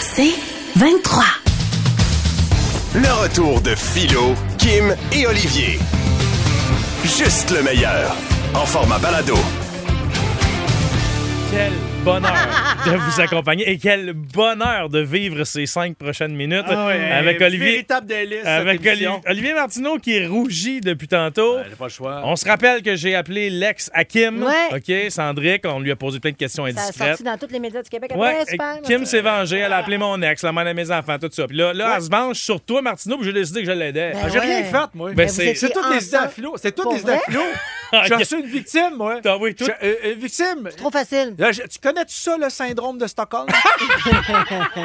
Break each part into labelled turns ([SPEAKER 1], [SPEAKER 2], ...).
[SPEAKER 1] C'est 23.
[SPEAKER 2] Le retour de Philo, Kim et Olivier. Juste le meilleur. En format balado.
[SPEAKER 3] Quel bonheur de vous accompagner et quel bonheur de vivre ces cinq prochaines minutes
[SPEAKER 4] Ah ouais,
[SPEAKER 3] avec
[SPEAKER 4] euh,
[SPEAKER 3] Olivier.
[SPEAKER 4] Véritable délice.
[SPEAKER 3] Avec
[SPEAKER 4] cette émission.
[SPEAKER 3] Oli- Olivier Martineau qui rougit depuis tantôt.
[SPEAKER 4] Ouais, j'ai pas le choix.
[SPEAKER 3] On se rappelle que j'ai appelé l'ex Hakim.
[SPEAKER 5] Ouais.
[SPEAKER 3] OK, Sandrick, on lui a posé plein de questions
[SPEAKER 5] Ça a
[SPEAKER 3] indiscrètes.
[SPEAKER 5] sorti dans tous les médias du Québec.
[SPEAKER 3] Ouais,
[SPEAKER 5] Après,
[SPEAKER 3] et
[SPEAKER 5] super.
[SPEAKER 3] Kim s'est vengée, elle a appelé mon ex, la mère de mes enfants, tout ça. Puis là, là elle se venge sur toi, Martineau, puis j'ai décidé que je l'aidais.
[SPEAKER 5] Ben
[SPEAKER 4] Ah, J'ai
[SPEAKER 5] ouais.
[SPEAKER 4] rien fait, moi.
[SPEAKER 3] Ben,
[SPEAKER 5] vous
[SPEAKER 3] c'est-
[SPEAKER 5] étiez
[SPEAKER 4] c'est toutes des idées à
[SPEAKER 5] ensemble.
[SPEAKER 4] philo. C'est toutes
[SPEAKER 5] Pour
[SPEAKER 4] des idées à
[SPEAKER 5] vrai?
[SPEAKER 4] philo.
[SPEAKER 3] Ah,
[SPEAKER 4] J'en suis une victime, moi.
[SPEAKER 3] T'as envoyé tout-
[SPEAKER 4] Je- euh, euh, victime.
[SPEAKER 5] Trop facile.
[SPEAKER 4] Là, je- tu connais-tu ça, le syndrome de Stockholm?
[SPEAKER 5] Non,
[SPEAKER 3] on,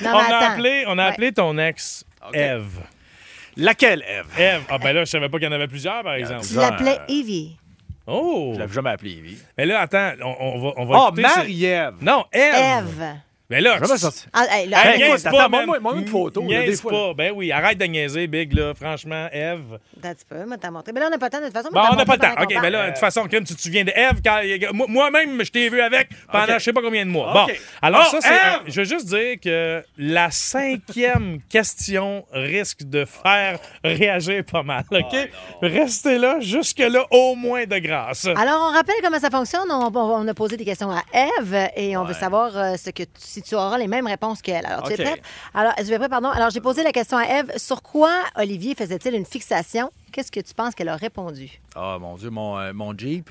[SPEAKER 5] mais
[SPEAKER 3] a
[SPEAKER 5] attends.
[SPEAKER 3] appelé, on a
[SPEAKER 5] Ouais.
[SPEAKER 3] appelé ton ex, Eve.
[SPEAKER 4] Laquelle, Eve?
[SPEAKER 3] Eve, ah ben là, je savais pas qu'il y en avait plusieurs, par exemple.
[SPEAKER 5] Tu l'appelais Evie.
[SPEAKER 3] Oh!
[SPEAKER 4] Je l'avais jamais appelée Evie.
[SPEAKER 3] Mais là, attends, on, on va. On va
[SPEAKER 4] Oh,
[SPEAKER 3] écouter ces-
[SPEAKER 4] Ah, Marie-Ève.
[SPEAKER 3] Non, Eve.
[SPEAKER 5] Eve.
[SPEAKER 3] Mais là,
[SPEAKER 4] Jamais
[SPEAKER 3] tu-
[SPEAKER 4] sorti.
[SPEAKER 5] Ah, hey, là,
[SPEAKER 3] Hey,
[SPEAKER 4] Hey,
[SPEAKER 3] niaise
[SPEAKER 4] écoute,
[SPEAKER 3] pas,
[SPEAKER 4] attends,
[SPEAKER 3] man.
[SPEAKER 4] moi- moi, une photo, là,
[SPEAKER 3] Niaise
[SPEAKER 4] des fois,
[SPEAKER 3] pas. Ben oui, arrête de niaiser, Big, là. Franchement, Eve.
[SPEAKER 5] attends un petit peu, moi, t'as montré. Mais là, on n'a pas le temps, de toute façon.
[SPEAKER 3] Bon,
[SPEAKER 5] moi, t'as
[SPEAKER 3] on n'a pas le
[SPEAKER 5] montré
[SPEAKER 3] temps.
[SPEAKER 5] pendant
[SPEAKER 3] OK,
[SPEAKER 5] qu'on
[SPEAKER 3] mais
[SPEAKER 5] parle.
[SPEAKER 3] là, euh, de toute façon, Kim, tu te souviens de Eve. quand- moi- Moi-même, je t'ai vu avec pendant je sais pas combien de mois. Bon,
[SPEAKER 4] OK.
[SPEAKER 3] alors ça,
[SPEAKER 4] Oh,
[SPEAKER 3] c'est.
[SPEAKER 4] Ève!
[SPEAKER 3] Je veux juste dire que la cinquième question risque de faire réagir pas mal,
[SPEAKER 4] Ah,
[SPEAKER 3] OK? Restez là jusque-là, au moins de grâce.
[SPEAKER 5] Alors, on rappelle comment ça fonctionne. On, on- on a posé des questions à Eve et on veut savoir euh, ce que tu- si tu auras les mêmes réponses qu'elle. Alors, tu es
[SPEAKER 4] OK.
[SPEAKER 5] prête? Alors, je vais prêt, pardon. Alors, j'ai posé la question à Eve. Sur quoi Olivier faisait-il une fixation? Qu'est-ce que tu penses qu'elle a répondu?
[SPEAKER 4] Ah, mon Dieu, mon, euh, mon Jeep.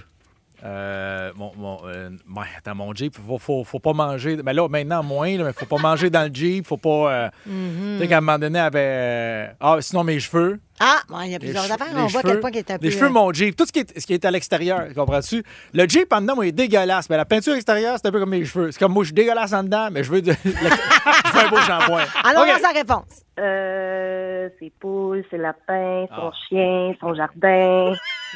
[SPEAKER 4] Euh, mon, mon, euh, ouais, attends, mon Jeep, faut, faut, faut pas manger. Mais là, maintenant, moins, là, mais faut pas manger dans le Jeep, faut pas. euh,
[SPEAKER 5] Mhm.
[SPEAKER 4] Tu sais, qu'à un moment donné, elle avait. euh, ah, sinon, mes cheveux.
[SPEAKER 5] Ah, bon, il y a
[SPEAKER 4] Les
[SPEAKER 5] plusieurs
[SPEAKER 4] che-
[SPEAKER 5] affaires.
[SPEAKER 4] les
[SPEAKER 5] On voit à
[SPEAKER 4] cheveux-
[SPEAKER 5] quel point qu'elle est un peu.
[SPEAKER 4] Les cheveux,
[SPEAKER 5] euh,
[SPEAKER 4] mon Jeep, tout ce qui est, ce qui est à l'extérieur, comprends-tu? Le Jeep en dedans, moi, il est dégueulasse, mais la peinture extérieure, c'est un peu comme mes cheveux. C'est comme moi, je suis dégueulasse en dedans, mais je veux, de- je veux un beau shampoing.
[SPEAKER 5] Alors,
[SPEAKER 4] OK.
[SPEAKER 5] on a sa réponse.
[SPEAKER 3] Oh!
[SPEAKER 6] Euh, ses poules, ses lapins, son chien, son jardin.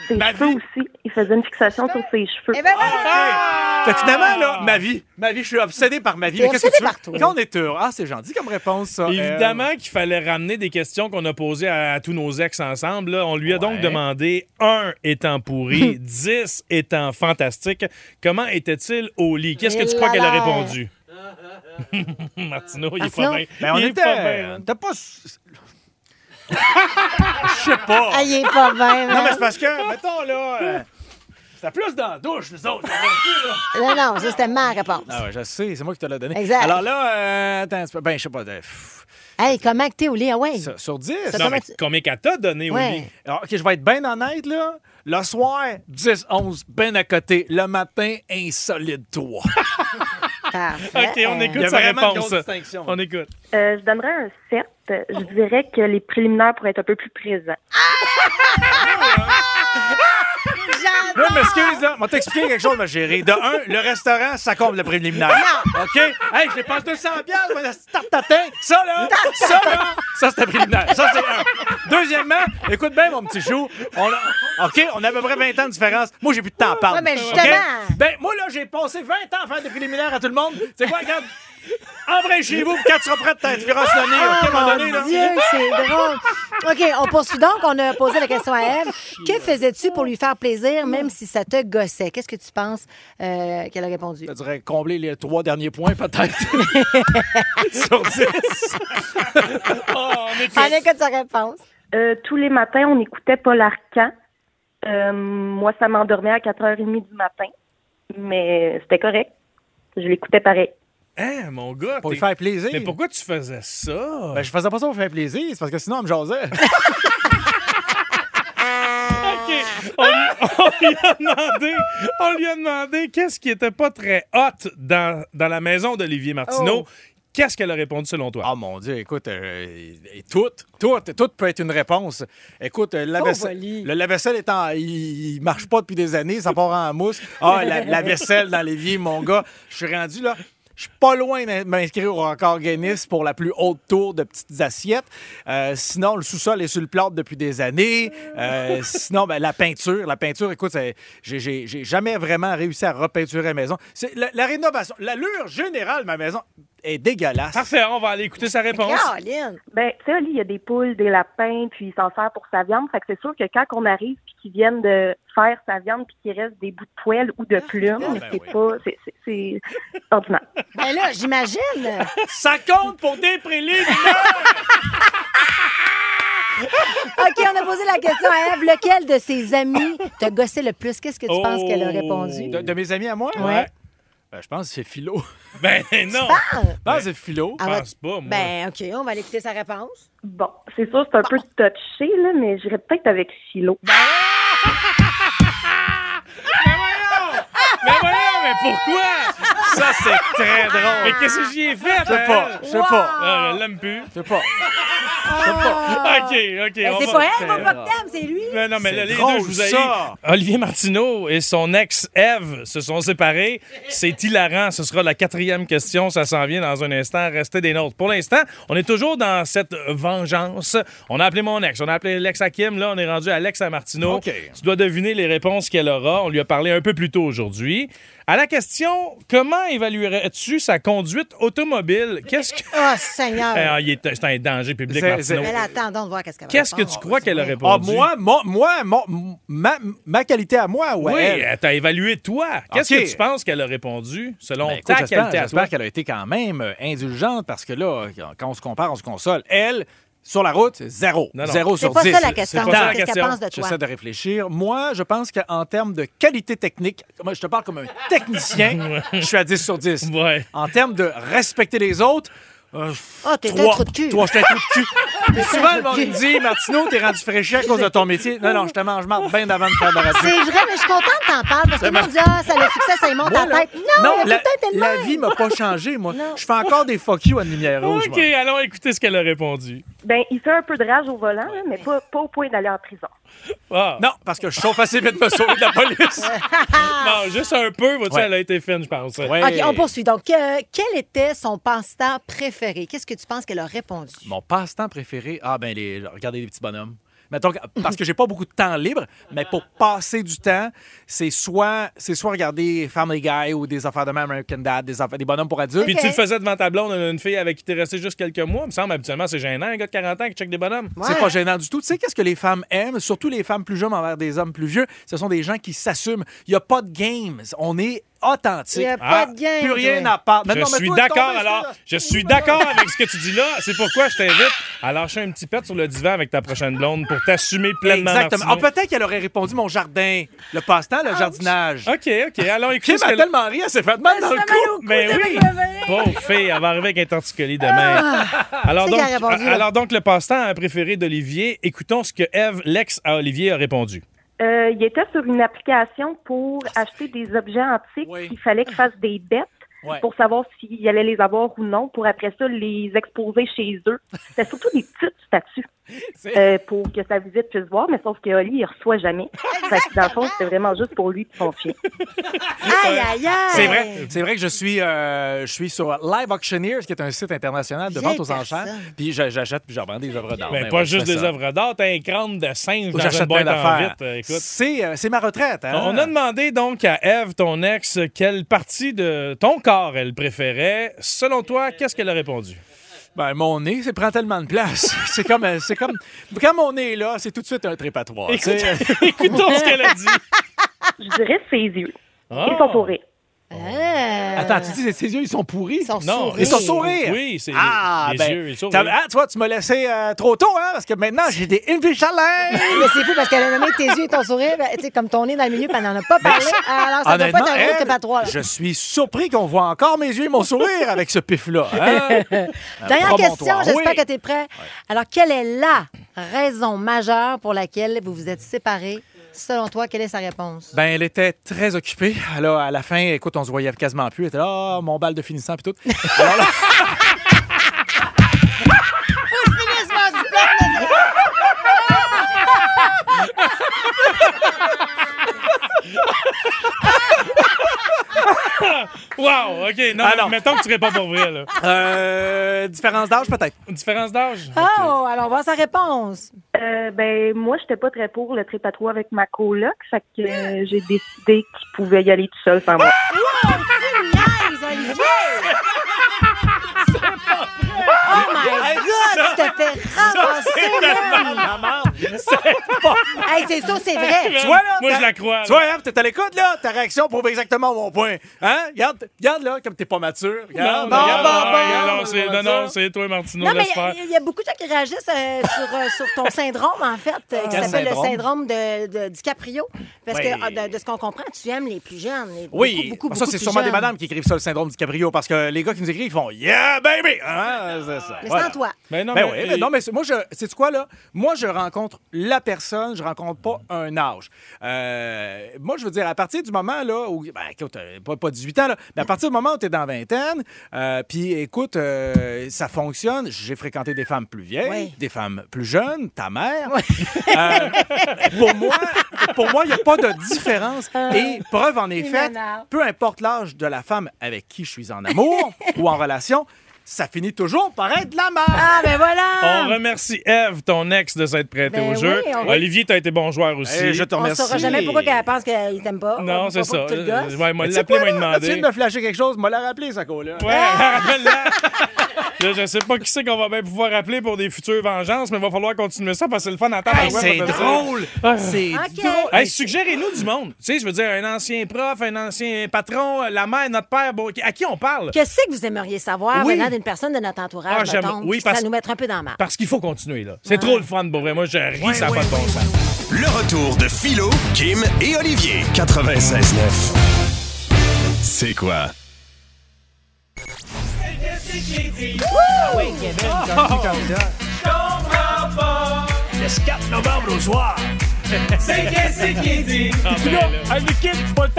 [SPEAKER 6] Ses cheveux aussi. Il faisait une fixation sur ses cheveux.
[SPEAKER 5] Eh ben voilà!
[SPEAKER 4] Fait que finalement, là, ma vie, ma vie, je suis obsédé par ma vie.
[SPEAKER 5] T'es
[SPEAKER 4] Mais qu'est-ce que
[SPEAKER 5] obsédé
[SPEAKER 4] tu veux?
[SPEAKER 5] par toi.
[SPEAKER 4] Quand on est heureux. Ah, c'est gentil comme réponse, ça.
[SPEAKER 3] Évidemment qu'il fallait ramener des questions qu'on a posées à, à tous nos ex ensemble. là. On lui a donc
[SPEAKER 4] Ouais.
[SPEAKER 3] demandé un étant pourri, 10 étant fantastique. Comment était-il au lit? Qu'est-ce que tu
[SPEAKER 5] Et
[SPEAKER 3] crois
[SPEAKER 5] là
[SPEAKER 3] qu'elle a
[SPEAKER 5] là.
[SPEAKER 3] répondu? Martino, il est pas bien.
[SPEAKER 5] Martino?
[SPEAKER 4] Mais Euh, Ben, on
[SPEAKER 3] Il est
[SPEAKER 4] était.
[SPEAKER 3] pas bien. hein.
[SPEAKER 4] T'as pas. s- Je sais pas.
[SPEAKER 5] Ah, il est pas bien.
[SPEAKER 4] Non,
[SPEAKER 5] hein?
[SPEAKER 4] mais c'est parce que, mettons, là. euh, C'était plus dans la douche, nous autres.
[SPEAKER 5] Non, non, ça, c'était ma réponse.
[SPEAKER 4] Ah ouais, je sais, c'est moi qui te l'ai donné.
[SPEAKER 5] Exact.
[SPEAKER 4] Alors là, euh, attends, un petit peu. ben je sais pas, de- pff,
[SPEAKER 5] Hey, comment que t'es au lit? Ah ouais.
[SPEAKER 4] sur, sur 10.
[SPEAKER 5] Ça-
[SPEAKER 3] Non,
[SPEAKER 5] Comment
[SPEAKER 3] mais
[SPEAKER 5] tu-
[SPEAKER 3] combien qu'elle t'a donné au lit?
[SPEAKER 5] Ouais.
[SPEAKER 4] Alors, Ah, OK, je vais être bien honnête, là. Le soir, 10, 11, ben à côté. Le matin, insolide 3.
[SPEAKER 5] Parfait.
[SPEAKER 3] OK, on écoute
[SPEAKER 4] a
[SPEAKER 3] sa
[SPEAKER 4] vraiment une
[SPEAKER 3] réponse.
[SPEAKER 4] grosse distinction.
[SPEAKER 3] On écoute.
[SPEAKER 6] Euh, je donnerais un 7. Je dirais que les préliminaires pourraient être un peu plus présents.
[SPEAKER 4] Là, m'excuse, là. On va t'expliquer quelque chose, ma chérie. De un, le restaurant, ça comble le préliminaire. OK? Hey, je dépense 200 piastres, moi, la petite tarte tatin. Ça, là, ça, là, ça, c'est un préliminaire. Ça, c'est un. Deuxièmement, écoute bien, mon petit chou. On a- OK? On a à peu près 20 ans de différence. Moi, j'ai plus de temps à parler.
[SPEAKER 5] Ouais, mais
[SPEAKER 4] OK?
[SPEAKER 5] justement.
[SPEAKER 4] Ben, moi, là, j'ai passé 20 ans à faire des préliminaires à tout le monde. C'est quoi, regarde? Embraye chez vous, puis quand tu seras prêt, t'as un virus donné. OK, à un moment donné,
[SPEAKER 5] Ah, Oh, Mon
[SPEAKER 4] là.
[SPEAKER 5] Dieu, c'est drôle. OK, on poursuit donc. On a posé la question à Eve. Que faisais-tu pour lui faire plaisir, même si ça te gossait? Qu'est-ce que tu penses euh, qu'elle a répondu?
[SPEAKER 4] Je dirais combler les trois derniers points, peut-être. Sur 10. Ah,
[SPEAKER 3] Ah,
[SPEAKER 5] Allez, que sa réponse.
[SPEAKER 6] Euh, tous les matins, on écoutait Paul Arcan. Euh, moi, ça m'endormait à 4h30 du matin. Mais c'était correct. Je l'écoutais pareil.
[SPEAKER 3] Hein, mon gars.
[SPEAKER 4] Pour lui
[SPEAKER 3] t'es-
[SPEAKER 4] faire plaisir.
[SPEAKER 3] Mais pourquoi tu faisais ça?
[SPEAKER 4] Ben, je faisais pas ça pour faire plaisir, c'est parce que sinon, on me jasait.
[SPEAKER 3] OK. On, on lui a demandé, on lui a demandé qu'est-ce qui était pas très hot dans, dans la maison d'Olivier Martineau.
[SPEAKER 5] Oh.
[SPEAKER 3] Qu'est-ce qu'elle a répondu selon toi?
[SPEAKER 4] Ah, mon Dieu, écoute, euh, et tout, tout, tout peut être une réponse. Écoute, euh, la vaisselle- le lave-vaisselle, étant, il, il marche pas depuis des années, ça part en mousse. Ah, la, la vaisselle dans l'évier, mon gars, je suis rendu là. Je suis pas loin de m'inscrire au record Guinness pour la plus haute tour de petites assiettes. Euh, sinon, le sous-sol est sur le plâtre depuis des années. Euh, sinon, ben, la peinture, la peinture, écoute, c'est- j'ai- j'ai j'ai jamais vraiment réussi à repeinturer la maison. C'est la, la rénovation, l'allure générale de ma maison, est dégueulasse.
[SPEAKER 3] Parfait, on va aller écouter sa réponse.
[SPEAKER 5] Caroline!
[SPEAKER 6] Ben, tu sais, Oli, il y a des poules, des lapins, puis il s'en sert pour sa viande. Fait que c'est sûr que quand on arrive, puis qu'ils viennent de faire sa viande, puis qu'il reste des bouts de poêle ou de plumes,
[SPEAKER 4] Ah, ben
[SPEAKER 6] c'est
[SPEAKER 4] oui.
[SPEAKER 6] pas... C'est, c'est, c'est ordinaire.
[SPEAKER 5] Ben là, j'imagine.
[SPEAKER 4] Ça compte pour des préliminaires!
[SPEAKER 5] OK, on a posé la question à Eve. Lequel de ses amis t'a gossé le plus? Qu'est-ce que tu penses qu'elle a
[SPEAKER 3] Oh.
[SPEAKER 5] répondu?
[SPEAKER 4] De, de mes amis à moi?
[SPEAKER 5] Ouais.
[SPEAKER 4] Ben, je pense que c'est Philo.
[SPEAKER 3] Ben non,
[SPEAKER 5] Parle!
[SPEAKER 4] Je pense que c'est Philo.
[SPEAKER 3] je
[SPEAKER 5] Ah ouais.
[SPEAKER 3] pense pas, moi.
[SPEAKER 5] Ben, OK, on va aller écouter sa réponse.
[SPEAKER 6] Bon, c'est sûr, c'est un peu touché, là, mais j'irais peut-être avec Philo.
[SPEAKER 3] Mais Ben voyons, mais pourquoi?
[SPEAKER 4] Ça, c'est très
[SPEAKER 5] Ah.
[SPEAKER 4] drôle.
[SPEAKER 3] Mais qu'est-ce que j'y ai fait?
[SPEAKER 4] Je sais pas, je sais pas,
[SPEAKER 3] Ah, je l'aime plus.
[SPEAKER 4] je sais pas.
[SPEAKER 5] Ah.
[SPEAKER 3] OK, OK.
[SPEAKER 5] Ben,
[SPEAKER 3] on
[SPEAKER 5] c'est
[SPEAKER 3] va-
[SPEAKER 5] pas elle, mon t'aimes, c'est lui.
[SPEAKER 3] Mais non, mais
[SPEAKER 4] C'est
[SPEAKER 3] là, les
[SPEAKER 4] drôle,
[SPEAKER 3] deux, je vous haïs.
[SPEAKER 4] ça.
[SPEAKER 3] Olivier Martineau et son ex Eve se sont séparés. C'est hilarant. Ce sera la quatrième question. Ça s'en vient dans un instant. Restez des nôtres. Pour l'instant, on est toujours dans cette vengeance. On a appelé mon ex. On a appelé l'ex à Kim. Là, on est rendu à l'ex à Martineau.
[SPEAKER 4] OK.
[SPEAKER 3] Tu dois deviner les réponses qu'elle aura. On lui a parlé un peu plus tôt aujourd'hui. À la question, comment évaluerais-tu sa conduite automobile? Qu'est-ce que...
[SPEAKER 5] Oh, Seigneur.
[SPEAKER 3] Ah, il est- c'est un danger public,
[SPEAKER 4] C'est-
[SPEAKER 3] Martineau.
[SPEAKER 5] Mais là, attendons de voir qu'est-ce qu'elle va
[SPEAKER 3] Qu'est-ce que
[SPEAKER 5] répondre.
[SPEAKER 3] tu crois qu'elle a
[SPEAKER 5] Ouais.
[SPEAKER 3] répondu?
[SPEAKER 4] Ah, moi, mon- moi, mon- ma, ma qualité à moi, ouais.
[SPEAKER 3] Oui, euh,
[SPEAKER 4] elle.
[SPEAKER 3] elle t'a évalué toi. Qu'est-ce
[SPEAKER 4] OK.
[SPEAKER 3] que tu penses qu'elle a répondu selon
[SPEAKER 4] Ben, écoute,
[SPEAKER 3] ta
[SPEAKER 4] j'espère,
[SPEAKER 3] qualité à toi?
[SPEAKER 4] j'espère qu'elle a été quand même euh, indulgente parce que là, quand on se compare, on se console. Elle, sur la route, zéro.
[SPEAKER 3] Non, non.
[SPEAKER 4] Zéro
[SPEAKER 5] C'est
[SPEAKER 4] sur
[SPEAKER 5] pas
[SPEAKER 4] dix.
[SPEAKER 5] ça la question.
[SPEAKER 3] pas ça la
[SPEAKER 5] Qu'est-ce qu'elle
[SPEAKER 3] question.
[SPEAKER 5] pense de toi?
[SPEAKER 4] J'essaie de réfléchir. Moi, je pense qu'en termes de qualité technique, moi, je te parle comme un technicien, je suis à 10 sur 10.
[SPEAKER 3] Ouais.
[SPEAKER 4] En termes de respecter les autres, euh,
[SPEAKER 5] Oh, t'es un
[SPEAKER 4] trois.
[SPEAKER 5] trou de cul.
[SPEAKER 4] Toi, je t'ai un trou de cul. Puis souvent, le monde
[SPEAKER 5] cul.
[SPEAKER 4] me dit, Martino, t'es rendu fraîchi à cause de ton métier. Non, non, je te mange marre bien avant de faire de la radio.
[SPEAKER 5] C'est vrai, mais je suis contente que t'en parles parce que mon Dieu, ah, ça le succès, ça y monte en
[SPEAKER 4] Moi, là,
[SPEAKER 5] tête. Non, non
[SPEAKER 4] la,
[SPEAKER 5] peut-être tellement.
[SPEAKER 4] la vie m'a pas changé, moi. Je fais encore des fuck you à une lumière rouge.
[SPEAKER 3] OK,
[SPEAKER 4] moi.
[SPEAKER 3] allons écouter ce qu'elle a répondu.
[SPEAKER 6] Ben, il fait un peu de rage au volant, là, mais pas, pas au point d'aller en prison.
[SPEAKER 3] Ah.
[SPEAKER 4] Non, parce que je chauffe assez vite me sauver de la police.
[SPEAKER 3] Non, juste un peu, vois-tu,
[SPEAKER 4] Ouais.
[SPEAKER 3] elle a été fine, je pense.
[SPEAKER 5] OK, on poursuit. Donc, euh, quel était son passe-temps préféré? Qu'est-ce que tu penses qu'elle a répondu?
[SPEAKER 4] Mon passe-temps préféré, ah ben, les, regardez les petits bonhommes. Mettons, que- parce que j'ai pas beaucoup de temps libre, mais pour passer du temps, c'est soit, c'est soit regarder Family Guy ou des affaires de même, American Dad, des, affaires, des bonhommes pour adultes.
[SPEAKER 3] Puis
[SPEAKER 5] OK.
[SPEAKER 3] tu le faisais devant ta blonde, une fille avec qui t'es resté juste quelques mois. Il me semble, habituellement, c'est gênant, un gars de 40 ans qui check des bonhommes.
[SPEAKER 5] Ouais.
[SPEAKER 4] C'est pas gênant du tout. Tu sais, qu'est-ce que les femmes aiment, surtout les femmes plus jeunes envers des hommes plus vieux? Ce sont des gens qui s'assument. Il n'y a pas de game. On est authentique.
[SPEAKER 5] Il y a
[SPEAKER 3] Ah,
[SPEAKER 5] pas de game.
[SPEAKER 4] Plus rien
[SPEAKER 5] toi.
[SPEAKER 4] à part.
[SPEAKER 3] Je suis d'accord, alors, je suis d'accord avec ce que tu dis là. C'est pourquoi je t'invite à lâcher un petit pet sur le divan avec ta prochaine blonde pour t'assumer pleinement.
[SPEAKER 4] Exactement. Ah,
[SPEAKER 3] Martineau.
[SPEAKER 4] peut-être qu'elle aurait répondu mon jardin, le passe-temps, le jardinage.
[SPEAKER 3] OK, OK, allons
[SPEAKER 4] Kim
[SPEAKER 3] écouter ce
[SPEAKER 4] a
[SPEAKER 3] Ah, qu'elle
[SPEAKER 4] tellement ri, elle s'est fait mal dans le cou.
[SPEAKER 3] Ben oui! Pauvre fille, elle va arriver avec un torticolis demain. Alors
[SPEAKER 5] Ah! C'est
[SPEAKER 3] donc,
[SPEAKER 5] qu'elle a répondu, là.
[SPEAKER 3] alors donc, le passe-temps préféré d'Olivier, écoutons ce que Eve, l'ex à Olivier, a répondu.
[SPEAKER 6] Euh, il était sur une application pour acheter des objets antiques.
[SPEAKER 4] Ah, Oui.
[SPEAKER 6] Il fallait qu'il fasse des bêtes
[SPEAKER 4] Ouais.
[SPEAKER 6] pour savoir s'il allait les avoir ou non, pour après ça les exposer chez eux. C'était surtout des petites statues
[SPEAKER 4] C'est-
[SPEAKER 6] euh, pour que sa visite puisse voir, mais sauf que Oli, il reçoit jamais. Fait que, dans le fond, c'était vraiment juste pour lui et son chien.
[SPEAKER 5] Aïe, aïe, aïe.
[SPEAKER 4] C'est vrai, c'est vrai que je suis, euh, je suis sur Live Auctioneers, qui est un site international de
[SPEAKER 5] Vieille
[SPEAKER 4] vente aux enchères.
[SPEAKER 5] personne.
[SPEAKER 4] Puis je- j'achète puis je revends des œuvres d'art.
[SPEAKER 3] Ben,
[SPEAKER 4] Ben
[SPEAKER 3] pas
[SPEAKER 4] ouais, je
[SPEAKER 3] juste
[SPEAKER 4] fais
[SPEAKER 3] des
[SPEAKER 4] ça.
[SPEAKER 3] œuvres d'art, t'as un crâne de singe dans une
[SPEAKER 4] J'achète
[SPEAKER 3] boîte
[SPEAKER 4] plein
[SPEAKER 3] en
[SPEAKER 4] d'affaires.
[SPEAKER 3] vitre. euh, Écoute.
[SPEAKER 4] C'est euh, c'est ma retraite. hein.
[SPEAKER 3] On a demandé donc à Eve, ton ex, quelle partie de ton corps elle préférait. Selon toi, qu'est-ce qu'elle a répondu?
[SPEAKER 4] Ben, mon nez, ça prend tellement de place. c'est comme, euh, c'est comme, quand mon nez est là, c'est tout de suite un trépatoire.
[SPEAKER 3] Écoute- euh,
[SPEAKER 4] tu sais.
[SPEAKER 3] Écoutons ce qu'elle a dit.
[SPEAKER 6] Je dirais ses yeux et
[SPEAKER 3] Ah.
[SPEAKER 4] Oh.
[SPEAKER 6] son sourire.
[SPEAKER 5] Ah.
[SPEAKER 4] Attends, tu dis, ses yeux, ils sont pourris.
[SPEAKER 5] Ils sont
[SPEAKER 3] Non,
[SPEAKER 5] sourires.
[SPEAKER 4] Ils sont sourires.
[SPEAKER 3] Oui, c'est
[SPEAKER 4] Ah,
[SPEAKER 3] les
[SPEAKER 4] ben,
[SPEAKER 3] yeux, les sourires.
[SPEAKER 4] t'as- ah, tu vois, tu m'as laissé euh, trop tôt, hein, parce que maintenant, j'ai des Invisalign.
[SPEAKER 5] Mais c'est fou parce qu'elle a nommé tes yeux et ton sourire, ben, tu sais, comme ton nez dans le milieu, puis elle n'en a pas parlé. Alors, ça doit pas
[SPEAKER 4] Honnêtement,
[SPEAKER 5] être un
[SPEAKER 4] elle,
[SPEAKER 5] gros trépatoire.
[SPEAKER 4] je suis surpris qu'on voit encore mes yeux et mon sourire avec ce pif-là. hein.
[SPEAKER 5] Dernière
[SPEAKER 4] promontoire.
[SPEAKER 5] question, j'espère
[SPEAKER 4] Oui.
[SPEAKER 5] que tu es prêt. Alors, quelle est la raison majeure pour laquelle vous vous êtes séparés? Selon toi, quelle est sa réponse?
[SPEAKER 4] Ben, elle était très occupée. Alors, à la fin, écoute, on se voyait quasiment plus. Elle était là, Ah, mon bal de finissant, puis tout. Alors là,
[SPEAKER 3] Wow, OK. Non,
[SPEAKER 4] Ah,
[SPEAKER 3] mais
[SPEAKER 4] non.
[SPEAKER 3] mettons que tu réponds pour vrai. Là.
[SPEAKER 4] euh, différence d'âge, peut-être.
[SPEAKER 3] Une différence d'âge?
[SPEAKER 5] Oh, alors, on voit sa réponse.
[SPEAKER 6] Euh, ben moi, j'étais pas très pour le trépatois avec ma coloc, fait que euh, j'ai décidé qu'il pouvait y aller tout seul sans moi.
[SPEAKER 5] Nice, Olivier! Hey, c'est sûr, c'est vrai.
[SPEAKER 4] Eh, Tu vois, là,
[SPEAKER 3] Moi,
[SPEAKER 4] ta-
[SPEAKER 3] je la crois, là.
[SPEAKER 4] Tu vois, hein, t'es à l'écoute, là. Ta réaction prouve exactement mon point. Hein? Regarde, regarde là, comme t'es pas mature. Regarde,
[SPEAKER 3] non, non,
[SPEAKER 4] regarde,
[SPEAKER 3] non, non,
[SPEAKER 4] regarde, regarde,
[SPEAKER 3] c'est- non,
[SPEAKER 4] regarde
[SPEAKER 3] non,
[SPEAKER 4] ça.
[SPEAKER 3] c'est toi, Martino,
[SPEAKER 5] Non, mais
[SPEAKER 3] j'espère.
[SPEAKER 4] euh,
[SPEAKER 5] il y, a beaucoup de gens qui réagissent euh, sur, euh, sur ton syndrome, en fait, euh, qui
[SPEAKER 4] Quel
[SPEAKER 5] s'appelle le
[SPEAKER 4] syndrome?
[SPEAKER 5] syndrome de, de DiCaprio. Parce
[SPEAKER 4] Oui.
[SPEAKER 5] que, ah, de, de ce qu'on comprend, tu aimes les plus jeunes. les-
[SPEAKER 4] Oui,
[SPEAKER 5] beaucoup, beaucoup,
[SPEAKER 4] ça,
[SPEAKER 5] beaucoup
[SPEAKER 4] c'est
[SPEAKER 5] plus
[SPEAKER 4] sûrement des
[SPEAKER 5] jeunes.
[SPEAKER 4] madames qui écrivent ça, le syndrome du cabrio, parce que les gars qui nous écrivent, ils font Yeah, baby! Hein, c'est ça.
[SPEAKER 5] Mais
[SPEAKER 4] Voilà.
[SPEAKER 5] sans toi.
[SPEAKER 3] Ben non,
[SPEAKER 4] Ben
[SPEAKER 3] mais-
[SPEAKER 4] oui, mais non, mais c'est- moi, je, c'est quoi, là? Moi, je rencontre la personne, je rencontre pas un âge. Euh, moi, je veux dire, à partir du moment, là, où, ben, écoute, euh, pas, pas 18 ans, là, mais à partir du moment où t'es dans la vingtaine, euh, puis écoute, euh, ça fonctionne. J'ai fréquenté des femmes plus vieilles,
[SPEAKER 5] Oui.
[SPEAKER 4] des femmes plus jeunes, ta mère. Euh, pour moi, pour moi, il n'y a pas de différence. Et preuve en est
[SPEAKER 5] Il
[SPEAKER 4] faite,
[SPEAKER 5] m'énerve.
[SPEAKER 4] peu importe l'âge de la femme avec qui je suis en amour ou en relation, ça finit toujours par être la mère.
[SPEAKER 5] Ah, ben voilà!
[SPEAKER 3] On remercie Eve, ton ex, de s'être prêtée au
[SPEAKER 5] Ben
[SPEAKER 3] jeu.
[SPEAKER 5] oui, on-
[SPEAKER 3] Olivier, t'as été bon joueur aussi.
[SPEAKER 4] Et je te
[SPEAKER 5] On ne
[SPEAKER 4] remercie.
[SPEAKER 5] saura jamais pourquoi qu'elle pense qu'il t'aime pas. On
[SPEAKER 3] Non,
[SPEAKER 5] peut
[SPEAKER 3] c'est
[SPEAKER 5] pas
[SPEAKER 3] ça.
[SPEAKER 5] que tu le gosses.
[SPEAKER 3] Euh, Ouais, moi,
[SPEAKER 4] Mais tu sais
[SPEAKER 3] l'appeler, m'a
[SPEAKER 4] quoi, là? Tu
[SPEAKER 3] demandé.
[SPEAKER 4] viens de me flasher quelque chose, m'a la rappelé, ça, là
[SPEAKER 3] Ouais, rappelle-la. Là, je sais pas qui c'est qu'on va bien pouvoir appeler pour des futures vengeances, mais il va falloir continuer ça parce que c'est le fun à table.
[SPEAKER 4] Hey, c'est drôle! C'est
[SPEAKER 5] OK.
[SPEAKER 4] drôle!
[SPEAKER 3] Hey, suggérez-nous du monde. Tu sais, je veux dire, un ancien prof, un ancien patron, la mère, notre père, bon, à qui on parle?
[SPEAKER 5] Qu'est-ce que vous aimeriez savoir
[SPEAKER 3] Oui.
[SPEAKER 5] venant d'une personne de notre
[SPEAKER 3] Ah,
[SPEAKER 5] entourage,
[SPEAKER 3] j'aime-
[SPEAKER 5] mettons,
[SPEAKER 3] oui,
[SPEAKER 5] qui
[SPEAKER 3] parce-
[SPEAKER 5] ça nous mettre un peu dans la marque?
[SPEAKER 3] Parce qu'il faut continuer, là. C'est trop le fun, pour vrai. Moi, je ris, ça n'a pas de bon sens.
[SPEAKER 2] Le retour de Philo, Kim et Olivier. 96.9. C'est quoi?
[SPEAKER 3] Ah, ben, là.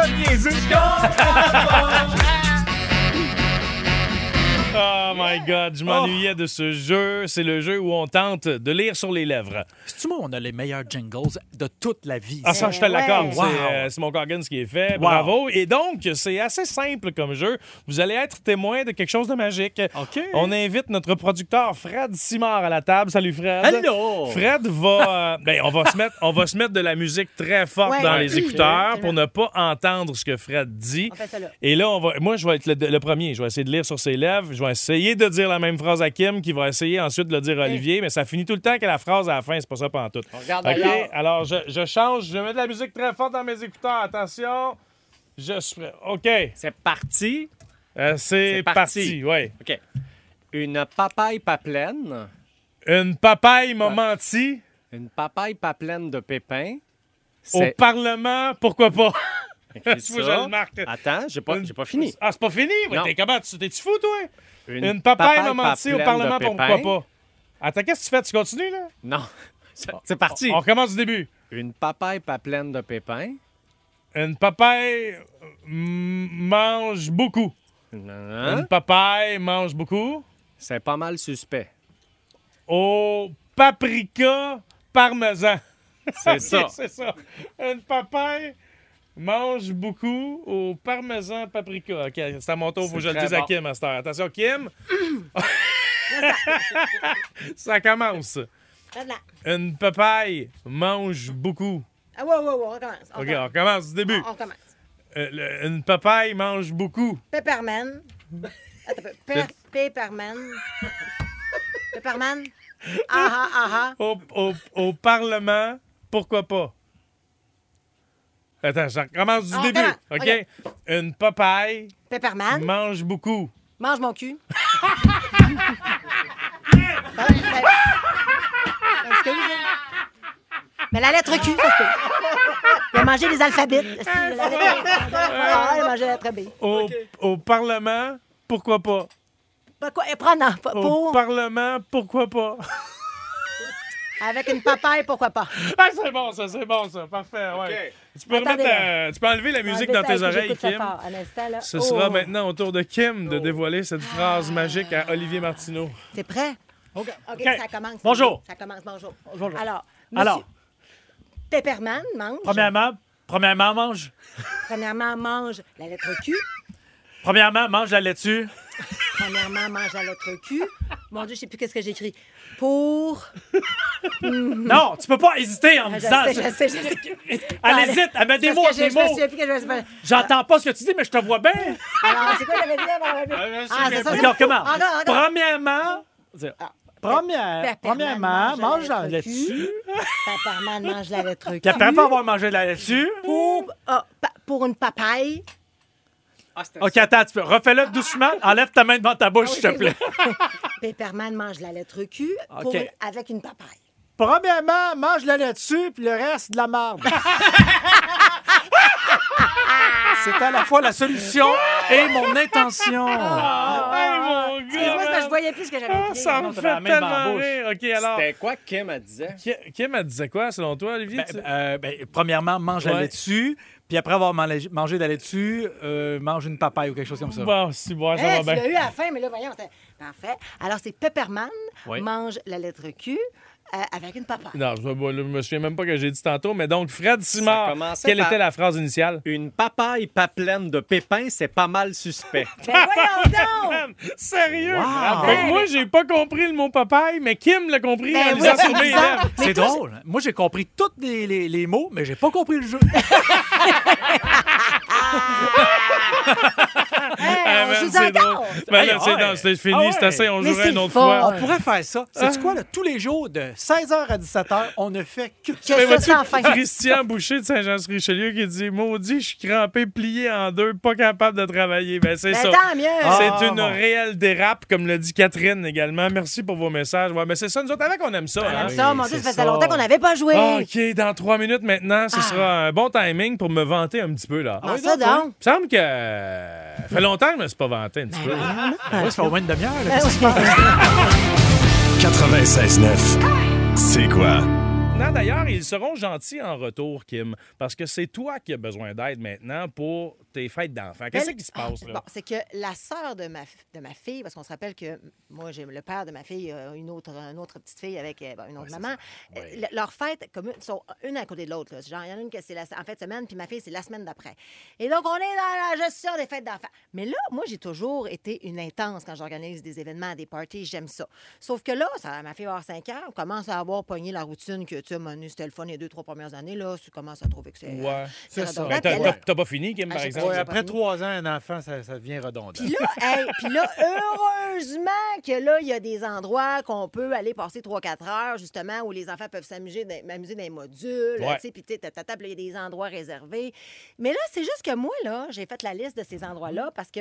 [SPEAKER 3] Oh my God, je m'ennuyais de ce jeu. C'est le jeu où on tente de lire sur les lèvres.
[SPEAKER 4] C'est-tu moi, on a les meilleurs jingles de toute la vie?
[SPEAKER 3] Ah, ça, je te l'accorde.
[SPEAKER 5] Ouais.
[SPEAKER 3] C'est,
[SPEAKER 4] Wow.
[SPEAKER 3] euh, C'est mon Coggins qui est fait. Bravo. Et donc, c'est assez simple comme jeu. Vous allez être témoin de quelque chose de magique.
[SPEAKER 4] OK.
[SPEAKER 3] On invite notre producteur Fred Simard à la table. Salut, Fred.
[SPEAKER 4] Hello.
[SPEAKER 3] Fred va. euh, ben, on, va se mettre, on va se mettre de la musique très forte
[SPEAKER 5] Ouais.
[SPEAKER 3] dans
[SPEAKER 5] Ouais.
[SPEAKER 3] les écouteurs
[SPEAKER 5] Tellement.
[SPEAKER 3] pour ne pas entendre ce que Fred dit.
[SPEAKER 5] On fait ça là.
[SPEAKER 3] Et là, on va, moi, je vais être le, le premier. Je vais essayer de lire sur ses lèvres. Je vais essayer de dire la même phrase à Kim, qui va essayer ensuite de le dire à Olivier. Mais ça finit tout le temps que la phrase à la fin. C'est pas ça pendant tout.
[SPEAKER 1] regarde
[SPEAKER 3] OK,
[SPEAKER 1] ailleurs.
[SPEAKER 3] alors je, je change. Je mets de la musique très forte dans mes écouteurs. Attention. Je suis prêt. OK.
[SPEAKER 1] C'est parti.
[SPEAKER 3] Euh, c'est
[SPEAKER 1] C'est
[SPEAKER 3] parti.
[SPEAKER 1] parti.
[SPEAKER 3] ouais.
[SPEAKER 1] OK. Une papaye pas pleine.
[SPEAKER 3] Une papaye m'a menti.
[SPEAKER 1] Une papaye pas pleine de pépins.
[SPEAKER 3] Au
[SPEAKER 1] C'est
[SPEAKER 3] Parlement, pourquoi pas?
[SPEAKER 1] écrit
[SPEAKER 3] tu vois,
[SPEAKER 1] ça.
[SPEAKER 3] je le marque.
[SPEAKER 1] Attends, j'ai pas,
[SPEAKER 3] Une-
[SPEAKER 1] j'ai pas fini.
[SPEAKER 3] Ah, c'est pas fini? Ouais,
[SPEAKER 1] Non.
[SPEAKER 3] t'es comment? Tu- T'es-tu fou, toi? Une,
[SPEAKER 1] papaye
[SPEAKER 3] papaye m'a
[SPEAKER 1] pas
[SPEAKER 3] menti au
[SPEAKER 1] pleine de
[SPEAKER 3] Parlement,
[SPEAKER 1] pépins.
[SPEAKER 3] pourquoi pas? Attends, qu'est-ce que tu fais? Tu continues, là?
[SPEAKER 1] Non. C'est- C'est parti.
[SPEAKER 3] On recommence du début.
[SPEAKER 1] Une papaye pas pleine de pépins.
[SPEAKER 3] Une papaye mm, mange beaucoup.
[SPEAKER 1] Non, non.
[SPEAKER 3] Une papaye mange beaucoup.
[SPEAKER 1] C'est pas mal suspect.
[SPEAKER 3] Au paprika parmesan.
[SPEAKER 1] C'est
[SPEAKER 3] Ok,
[SPEAKER 1] ça.
[SPEAKER 3] C'est ça. Une papaye mange beaucoup au parmesan paprika. OK, c'est à mon tour, faut que je le
[SPEAKER 1] très
[SPEAKER 3] dise à
[SPEAKER 1] bon.
[SPEAKER 3] Kim à cette heure. Attention, Kim. ça commence.
[SPEAKER 5] Fred, là.
[SPEAKER 3] Une papaye mange beaucoup.
[SPEAKER 5] Ah, ouais, ouais, ouais, on recommence. On
[SPEAKER 3] OK,
[SPEAKER 5] recommence.
[SPEAKER 3] on commence du début.
[SPEAKER 5] On recommence.
[SPEAKER 3] Euh, le- une papaye mange beaucoup.
[SPEAKER 5] Pepperman. Attends, un peu. Per- Pepperman. Pepperman. Ah ah ah
[SPEAKER 3] Au, au- au Parlement, pourquoi pas? Ah, Attends, je recommence du
[SPEAKER 5] On
[SPEAKER 3] début.
[SPEAKER 5] recommence.
[SPEAKER 3] OK?
[SPEAKER 5] OK.
[SPEAKER 3] Une papaye
[SPEAKER 5] ah. Pepperman.
[SPEAKER 3] mange beaucoup.
[SPEAKER 5] Mange mon cul. Mais la lettre Q, ça se peut. Il a mangé les alphabets. Est-ce que la lettre- Ah, il a mangé la lettre B.
[SPEAKER 3] Au, au Parlement, pourquoi pas?
[SPEAKER 5] Pas quoi, et prendre un- pas-
[SPEAKER 3] Au
[SPEAKER 5] pour,
[SPEAKER 3] Parlement, pourquoi pas?
[SPEAKER 5] avec une papaye, pourquoi pas.
[SPEAKER 3] ah, c'est bon, ça, c'est bon, ça. Parfait, ouais. Tu, peux
[SPEAKER 5] Attendez,
[SPEAKER 3] remettre la- tu peux enlever la musique dans
[SPEAKER 5] Enlevez
[SPEAKER 3] tes
[SPEAKER 5] ça,
[SPEAKER 3] oreilles,
[SPEAKER 5] j'écoute ça
[SPEAKER 3] Kim.
[SPEAKER 5] fort, un instant, là.
[SPEAKER 3] Ce
[SPEAKER 5] Oh.
[SPEAKER 3] sera maintenant au tour de Kim de dévoiler cette phrase magique à Olivier Martineau.
[SPEAKER 5] T'es prêt?
[SPEAKER 4] OK.
[SPEAKER 5] OK, ça commence.
[SPEAKER 7] Bonjour.
[SPEAKER 5] Ça commence, bonjour.
[SPEAKER 7] Bonjour.
[SPEAKER 5] Alors,
[SPEAKER 7] Alors.
[SPEAKER 5] monsieur Pepperman mange.
[SPEAKER 7] Premièrement, premièrement, mange.
[SPEAKER 5] Premièrement, mange la lettre Q.
[SPEAKER 7] Premièrement, mange la laitue.
[SPEAKER 5] Premièrement, mange la lettre Q. Mon Dieu, je sais plus qu'est-ce que j'écris. Pour. Ah,
[SPEAKER 7] Non, tu peux pas hésiter en me
[SPEAKER 5] Je
[SPEAKER 7] disant.
[SPEAKER 5] sais, je sais, je sais.
[SPEAKER 7] Elle hésite, elle met des
[SPEAKER 5] Parce
[SPEAKER 7] mots,
[SPEAKER 5] que je-
[SPEAKER 7] des
[SPEAKER 5] je me
[SPEAKER 7] mots.
[SPEAKER 5] souviens plus que je me souviens-
[SPEAKER 7] J'entends pas ce que tu dis, mais je te vois bien.
[SPEAKER 5] Alors, c'est quoi que j'avais dit avant? Ah, c'est ça,
[SPEAKER 7] OK,
[SPEAKER 5] c'est-
[SPEAKER 7] on recommence.
[SPEAKER 5] Encore, encore.
[SPEAKER 7] Premièrement, ah,
[SPEAKER 4] Première-
[SPEAKER 5] Pepperman
[SPEAKER 4] premièrement, mange la
[SPEAKER 5] lettre
[SPEAKER 4] laitue.
[SPEAKER 5] crue. Pepperman mange la lettre
[SPEAKER 7] Puis après
[SPEAKER 5] crue.
[SPEAKER 7] pas avoir mangé de la laitue.
[SPEAKER 5] Pour, ah, pa- pour une papaye.
[SPEAKER 7] OK, attends, tu peux. Refais-le doucement. Enlève ta main devant ta
[SPEAKER 5] Ah
[SPEAKER 7] bouche, s'il te plaît.
[SPEAKER 5] Pepperman mange la lettre Q pour
[SPEAKER 7] OK.
[SPEAKER 5] une- avec une papaye.
[SPEAKER 4] Premièrement, mange la là-dessus, puis le reste, de la marde.
[SPEAKER 7] C'est à la fois la solution et mon intention.
[SPEAKER 4] Ah,
[SPEAKER 3] Hey, mon
[SPEAKER 5] Excuse-moi, c'est parce que je
[SPEAKER 3] gars!
[SPEAKER 5] voyais plus ce que j'avais écrit.
[SPEAKER 3] Ah, Ça me
[SPEAKER 7] Non,
[SPEAKER 3] fait
[SPEAKER 7] t'avais la main dans la
[SPEAKER 3] tellement
[SPEAKER 7] bouche.
[SPEAKER 3] rire. OK, alors.
[SPEAKER 1] C'était quoi que Kim, elle disait?
[SPEAKER 3] Ki- Kim, elle disait quoi, selon toi, Olivier?
[SPEAKER 4] Ben,
[SPEAKER 3] tu-
[SPEAKER 4] euh, ben, premièrement, mange
[SPEAKER 3] Ouais.
[SPEAKER 4] la laitue, puis après avoir mangé mangé de la laitue, euh, mange une papaye ou quelque chose comme ça.
[SPEAKER 3] Bon, si, bon, ça
[SPEAKER 5] Hein,
[SPEAKER 3] va
[SPEAKER 5] tu l'as
[SPEAKER 3] bien.
[SPEAKER 5] eu à la fin, mais là, voyons, t'as- parfait. Alors, c'est Pepperman
[SPEAKER 3] Oui.
[SPEAKER 5] mange la lettre Q euh, avec une papaye.
[SPEAKER 3] Non, je, bon, là, je me souviens même pas que j'ai dit tantôt, mais donc, Fred Simard,
[SPEAKER 1] commençait
[SPEAKER 3] quelle
[SPEAKER 1] par-
[SPEAKER 3] était la phrase initiale?
[SPEAKER 1] Une papaye pas pleine de pépins, c'est pas mal suspect.
[SPEAKER 5] Ben voyons donc!
[SPEAKER 3] Sérieux? Fait que moi, j'ai pas compris le mot papaye, mais Kim l'a compris
[SPEAKER 5] Ben
[SPEAKER 3] en
[SPEAKER 5] oui,
[SPEAKER 3] lisant
[SPEAKER 5] c'est
[SPEAKER 3] sur mes
[SPEAKER 5] bizarre.
[SPEAKER 3] lèvres.
[SPEAKER 4] C'est drôle. Moi, j'ai compris tous les, les- les mots, mais j'ai pas compris le jeu.
[SPEAKER 5] Hey,
[SPEAKER 3] Ah,
[SPEAKER 5] on
[SPEAKER 3] man,
[SPEAKER 5] joue
[SPEAKER 3] c'est
[SPEAKER 5] encore!
[SPEAKER 3] drôle. Ben,
[SPEAKER 4] Hey,
[SPEAKER 3] non, c'est
[SPEAKER 4] ouais.
[SPEAKER 3] non, c'est fini,
[SPEAKER 4] Ah ouais.
[SPEAKER 3] c'est assez, on
[SPEAKER 5] Mais
[SPEAKER 3] jouera
[SPEAKER 5] c'est
[SPEAKER 3] une autre
[SPEAKER 5] fort.
[SPEAKER 3] fois. Ah.
[SPEAKER 4] On pourrait faire ça. C'est quoi, là? Tous les jours, de 16h à 17h, on ne fait que...
[SPEAKER 5] Que ça, sans fin.
[SPEAKER 3] Christian Boucher de Saint-Jean-sur-Richelieu qui dit Maudit, je suis crampé, plié en deux, pas capable de travailler. Ben, c'est
[SPEAKER 5] Ben,
[SPEAKER 3] ça.
[SPEAKER 5] tant mieux!
[SPEAKER 3] C'est
[SPEAKER 4] Ah,
[SPEAKER 3] une
[SPEAKER 4] bon.
[SPEAKER 3] réelle dérape, comme l'a dit Catherine également. Merci pour vos messages. Ouais, mais c'est ça, nous autres, avant qu'on aime ça. hein?
[SPEAKER 5] Comme ça, mon Dieu, ça
[SPEAKER 4] c'est
[SPEAKER 5] faisait
[SPEAKER 4] ça.
[SPEAKER 5] longtemps qu'on n'avait pas joué.
[SPEAKER 3] OK, dans trois minutes maintenant, ce sera un bon timing pour me vanter un petit peu. là.
[SPEAKER 5] Ah, ça donc.
[SPEAKER 3] Il me semble que. Ça fait longtemps que je me suis pas vanté un petit peu.
[SPEAKER 4] Ouais, ça fait au moins une demi-heure. là.
[SPEAKER 5] Ben oui.
[SPEAKER 2] 96.9. C'est quoi?
[SPEAKER 3] Maintenant, d'ailleurs, ils seront gentils en retour, Kim, parce que c'est toi qui as besoin d'aide maintenant pour tes fêtes d'enfants. Qu'est-ce
[SPEAKER 5] Elle- ah,
[SPEAKER 3] qui se passe, là?
[SPEAKER 5] Bon, c'est que la sœur de ma, f- de ma fille, parce qu'on se rappelle que moi, j'ai le père de ma fille, euh, une autre, une autre petite fille avec euh, bon, une autre maman. Euh, le- leurs fêtes, comme, sont une à côté de l'autre. là. Genre, il y en a une que c'est la- en fin de semaine, puis ma fille, c'est la semaine d'après. Et donc, on est dans la gestion des fêtes d'enfants. Mais là, moi, j'ai toujours été une intense quand j'organise des événements, des parties, j'aime ça. Sauf que là, ça, ma fille va avoir 5 ans, on commence à avoir pogné la routine que, tu sais, mon c'était le fun les deux, trois premières années, là, tu commences à trouver que c'est. euh,
[SPEAKER 3] Ouais.
[SPEAKER 5] c'est redondant.
[SPEAKER 3] Ben,
[SPEAKER 5] Puis
[SPEAKER 3] T'as
[SPEAKER 5] elle-
[SPEAKER 3] t'as- t'as pas fini, Kim,
[SPEAKER 5] Ah,
[SPEAKER 3] par
[SPEAKER 5] j'ai-
[SPEAKER 3] exemple?
[SPEAKER 4] Ouais,
[SPEAKER 5] j'ai-
[SPEAKER 4] après trois ans, un enfant, ça, ça devient redondant.
[SPEAKER 5] Puis là, hey, puis là, heureusement que là, il y a des endroits qu'on peut aller passer 3-4 heures, justement, où les enfants peuvent s'amuser dans, m'amuser dans les modules.
[SPEAKER 3] Ouais.
[SPEAKER 5] tu sais, Puis, tu sais, tata, tata, puis là, il y a des endroits réservés. Mais là, c'est juste que moi, là, j'ai fait la liste de ces endroits-là parce que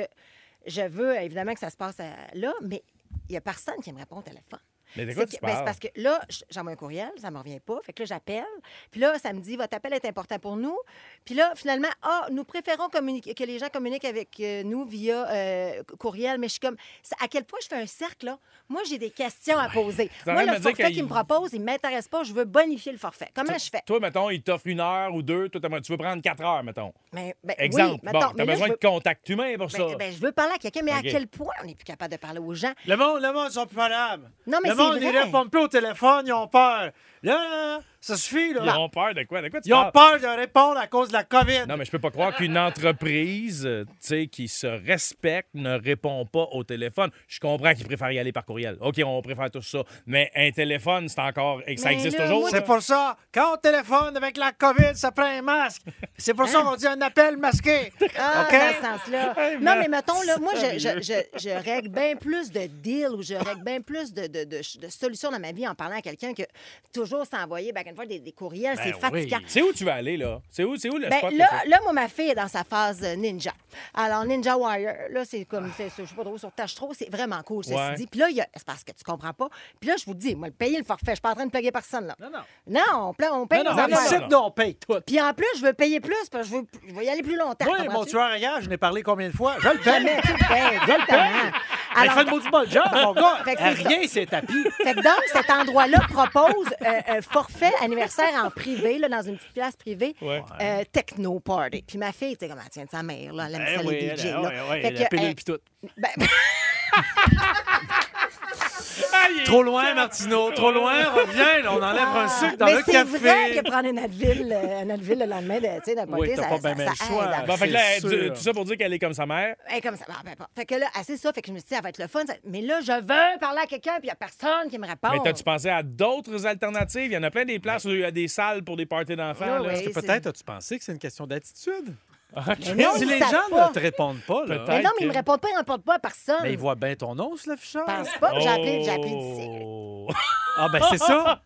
[SPEAKER 5] je veux, évidemment, que ça se passe euh, là, mais il y a personne qui me répond au téléphone.
[SPEAKER 3] Mais de
[SPEAKER 5] C'est
[SPEAKER 3] quoi tu
[SPEAKER 5] que- ben, c'est
[SPEAKER 3] parles?
[SPEAKER 5] parce que là, j- j'envoie un courriel, ça me revient pas. Fait que là, j'appelle. Puis là, ça me dit, votre appel est important pour nous. Puis là, finalement, ah, nous préférons communiquer- que les gens communiquent avec euh, nous via euh, courriel. Mais je suis comme, ça- à quel point je fais un cercle, là? Moi, j'ai des questions à poser.
[SPEAKER 3] en train
[SPEAKER 5] Moi,
[SPEAKER 3] de
[SPEAKER 5] le
[SPEAKER 3] me dire
[SPEAKER 5] forfait
[SPEAKER 3] que-
[SPEAKER 5] qu'ils me proposent, il m'intéresse pas. Je veux bonifier le forfait. Comment je fais?
[SPEAKER 3] Toi, mettons, il t'offre une heure ou deux. Toi, t'as- tu veux prendre quatre heures, mettons.
[SPEAKER 5] Mais, ben, oui,
[SPEAKER 3] Exemple.
[SPEAKER 5] mettons,
[SPEAKER 3] bon, t'as
[SPEAKER 5] mais là,
[SPEAKER 3] besoin
[SPEAKER 5] je veux-
[SPEAKER 3] de contact humain pour
[SPEAKER 5] ben-
[SPEAKER 3] ça.
[SPEAKER 5] ben, je veux parler à quelqu'un, mais
[SPEAKER 3] OK.
[SPEAKER 5] à quel point on n'est plus capable de parler aux gens?
[SPEAKER 4] Le monde, le monde, sont plus malades.
[SPEAKER 5] Non, mais
[SPEAKER 4] Le
[SPEAKER 5] c'est
[SPEAKER 4] monde,
[SPEAKER 5] vrai.
[SPEAKER 4] ils répondent plus au téléphone, ils ont peur. Là, là, là, ça suffit, là.
[SPEAKER 3] Ils ont peur de quoi? De quoi tu
[SPEAKER 4] Ils ont
[SPEAKER 3] parles?
[SPEAKER 4] peur de répondre à cause de la COVID.
[SPEAKER 3] Non, mais je peux pas croire qu'une entreprise euh, tu sais, qui se respecte ne répond pas au téléphone. Je comprends qu'ils préfèrent y aller par courriel. OK, on préfère tout ça. Mais un téléphone, c'est encore. et Ça
[SPEAKER 5] Mais
[SPEAKER 3] existe
[SPEAKER 5] là,
[SPEAKER 3] toujours.
[SPEAKER 5] moi,
[SPEAKER 3] ça?
[SPEAKER 4] C'est pour ça, quand on téléphone avec la COVID, ça prend un masque. C'est pour ça qu'on dit un appel masqué.
[SPEAKER 5] Hein? Ah,
[SPEAKER 4] OK?
[SPEAKER 5] dans ce sens-là. non, mais mettons, là, moi, je, je- je- je règle bien plus de deals ou je règle bien plus de, de- de- de solutions dans ma vie en parlant à quelqu'un que toujours s'envoyer back and forth des, des courriels,
[SPEAKER 4] Ben
[SPEAKER 5] c'est fatigant.
[SPEAKER 3] C'est où tu vas aller, là? C'est où, c'est où le
[SPEAKER 5] Ben,
[SPEAKER 3] spot? que
[SPEAKER 5] là,
[SPEAKER 3] tu-
[SPEAKER 5] là, moi, ma fille est dans sa phase euh, ninja. Alors, Ninja Warrior, là, c'est
[SPEAKER 4] Ah.
[SPEAKER 5] comme, c'est, c'est- je sais pas trop, sur tâche trop, c'est vraiment cool, ceci
[SPEAKER 3] Ouais.
[SPEAKER 5] dit. Puis là, il y a- c'est parce que tu comprends pas. Puis là, je vous le dis, moi, le payer le forfait, je suis pas en train de payer personne, là. Non, non. Non, on, pla- on paye
[SPEAKER 4] Non,
[SPEAKER 5] nos
[SPEAKER 4] non,
[SPEAKER 5] affaires.
[SPEAKER 4] ici, nous, on paye tout.
[SPEAKER 5] Puis en plus, je veux payer plus parce que je veux, je veux y aller plus longtemps.
[SPEAKER 4] Moi, mon
[SPEAKER 5] comprends-tu?
[SPEAKER 4] tueur à gage, je n'ai parlé combien de fois? Je le paye.
[SPEAKER 5] Jamais, tu le payes, Ben, exactement.
[SPEAKER 4] Il
[SPEAKER 5] Alors,
[SPEAKER 4] fait Ben, le mot du bol. Genre, mon gars, euh,
[SPEAKER 5] Fait que c'est
[SPEAKER 4] rien, c'est tapis.
[SPEAKER 5] fait que donc, cet endroit-là propose euh, un forfait anniversaire en privé, là, dans une petite place privée,
[SPEAKER 3] Ouais.
[SPEAKER 5] euh, techno party. Puis ma fille, tu sais, comme, elle tient de sa mère, là, elle aime
[SPEAKER 4] Eh
[SPEAKER 5] ça,
[SPEAKER 4] oui,
[SPEAKER 5] les
[SPEAKER 4] elle,
[SPEAKER 5] DJ,
[SPEAKER 4] ouais,
[SPEAKER 5] là.
[SPEAKER 4] ouais,
[SPEAKER 5] Fait
[SPEAKER 4] la pilule
[SPEAKER 5] euh,
[SPEAKER 4] pis tout.
[SPEAKER 5] ben-
[SPEAKER 4] Trop loin, Martino, trop loin, reviens, là, on enlève un sucre dans
[SPEAKER 5] ah, mais
[SPEAKER 4] le
[SPEAKER 5] c'est
[SPEAKER 4] café.
[SPEAKER 5] vrai que prendre une Advil, euh, une Advil le lendemain, de, tu sais, d'un party,
[SPEAKER 4] Oui, t'as
[SPEAKER 5] ça,
[SPEAKER 4] pas bien
[SPEAKER 5] ça,
[SPEAKER 4] ben le
[SPEAKER 5] ça
[SPEAKER 4] choix.
[SPEAKER 5] aide à-
[SPEAKER 3] Bon, fait que là, elle-
[SPEAKER 4] C'est sûr.
[SPEAKER 3] tout ça pour dire qu'elle est comme sa mère.
[SPEAKER 5] Hey, comme ça, bon, ben, bon. Fait que là, ah, c'est ça, fait que je me suis dit, ça va être le fun. ça- Mais là, je veux parler à quelqu'un, puis il n'y a personne qui me répond.
[SPEAKER 3] Mais t'as-tu pensé à d'autres alternatives? Il y en a plein des places où il y a des salles pour des parties d'enfants.
[SPEAKER 5] Oui,
[SPEAKER 3] là.
[SPEAKER 5] oui.
[SPEAKER 4] Peut-être as-tu pensé que c'est une question d'attitude?
[SPEAKER 5] Mais non,
[SPEAKER 4] si
[SPEAKER 5] ils
[SPEAKER 4] les
[SPEAKER 5] savent
[SPEAKER 4] gens
[SPEAKER 5] pas.
[SPEAKER 4] ne te répondent pas, là,
[SPEAKER 3] Peut-être.
[SPEAKER 5] Mais non, mais ils me répondent pas, ils ne répondent pas à personne.
[SPEAKER 4] mais ils voient bien ton nom sur l'affichage.
[SPEAKER 5] Je pense pas, puis j'ai appelé, j'ai appelé d'ici.
[SPEAKER 3] Oh.
[SPEAKER 4] Ah, ben c'est ça.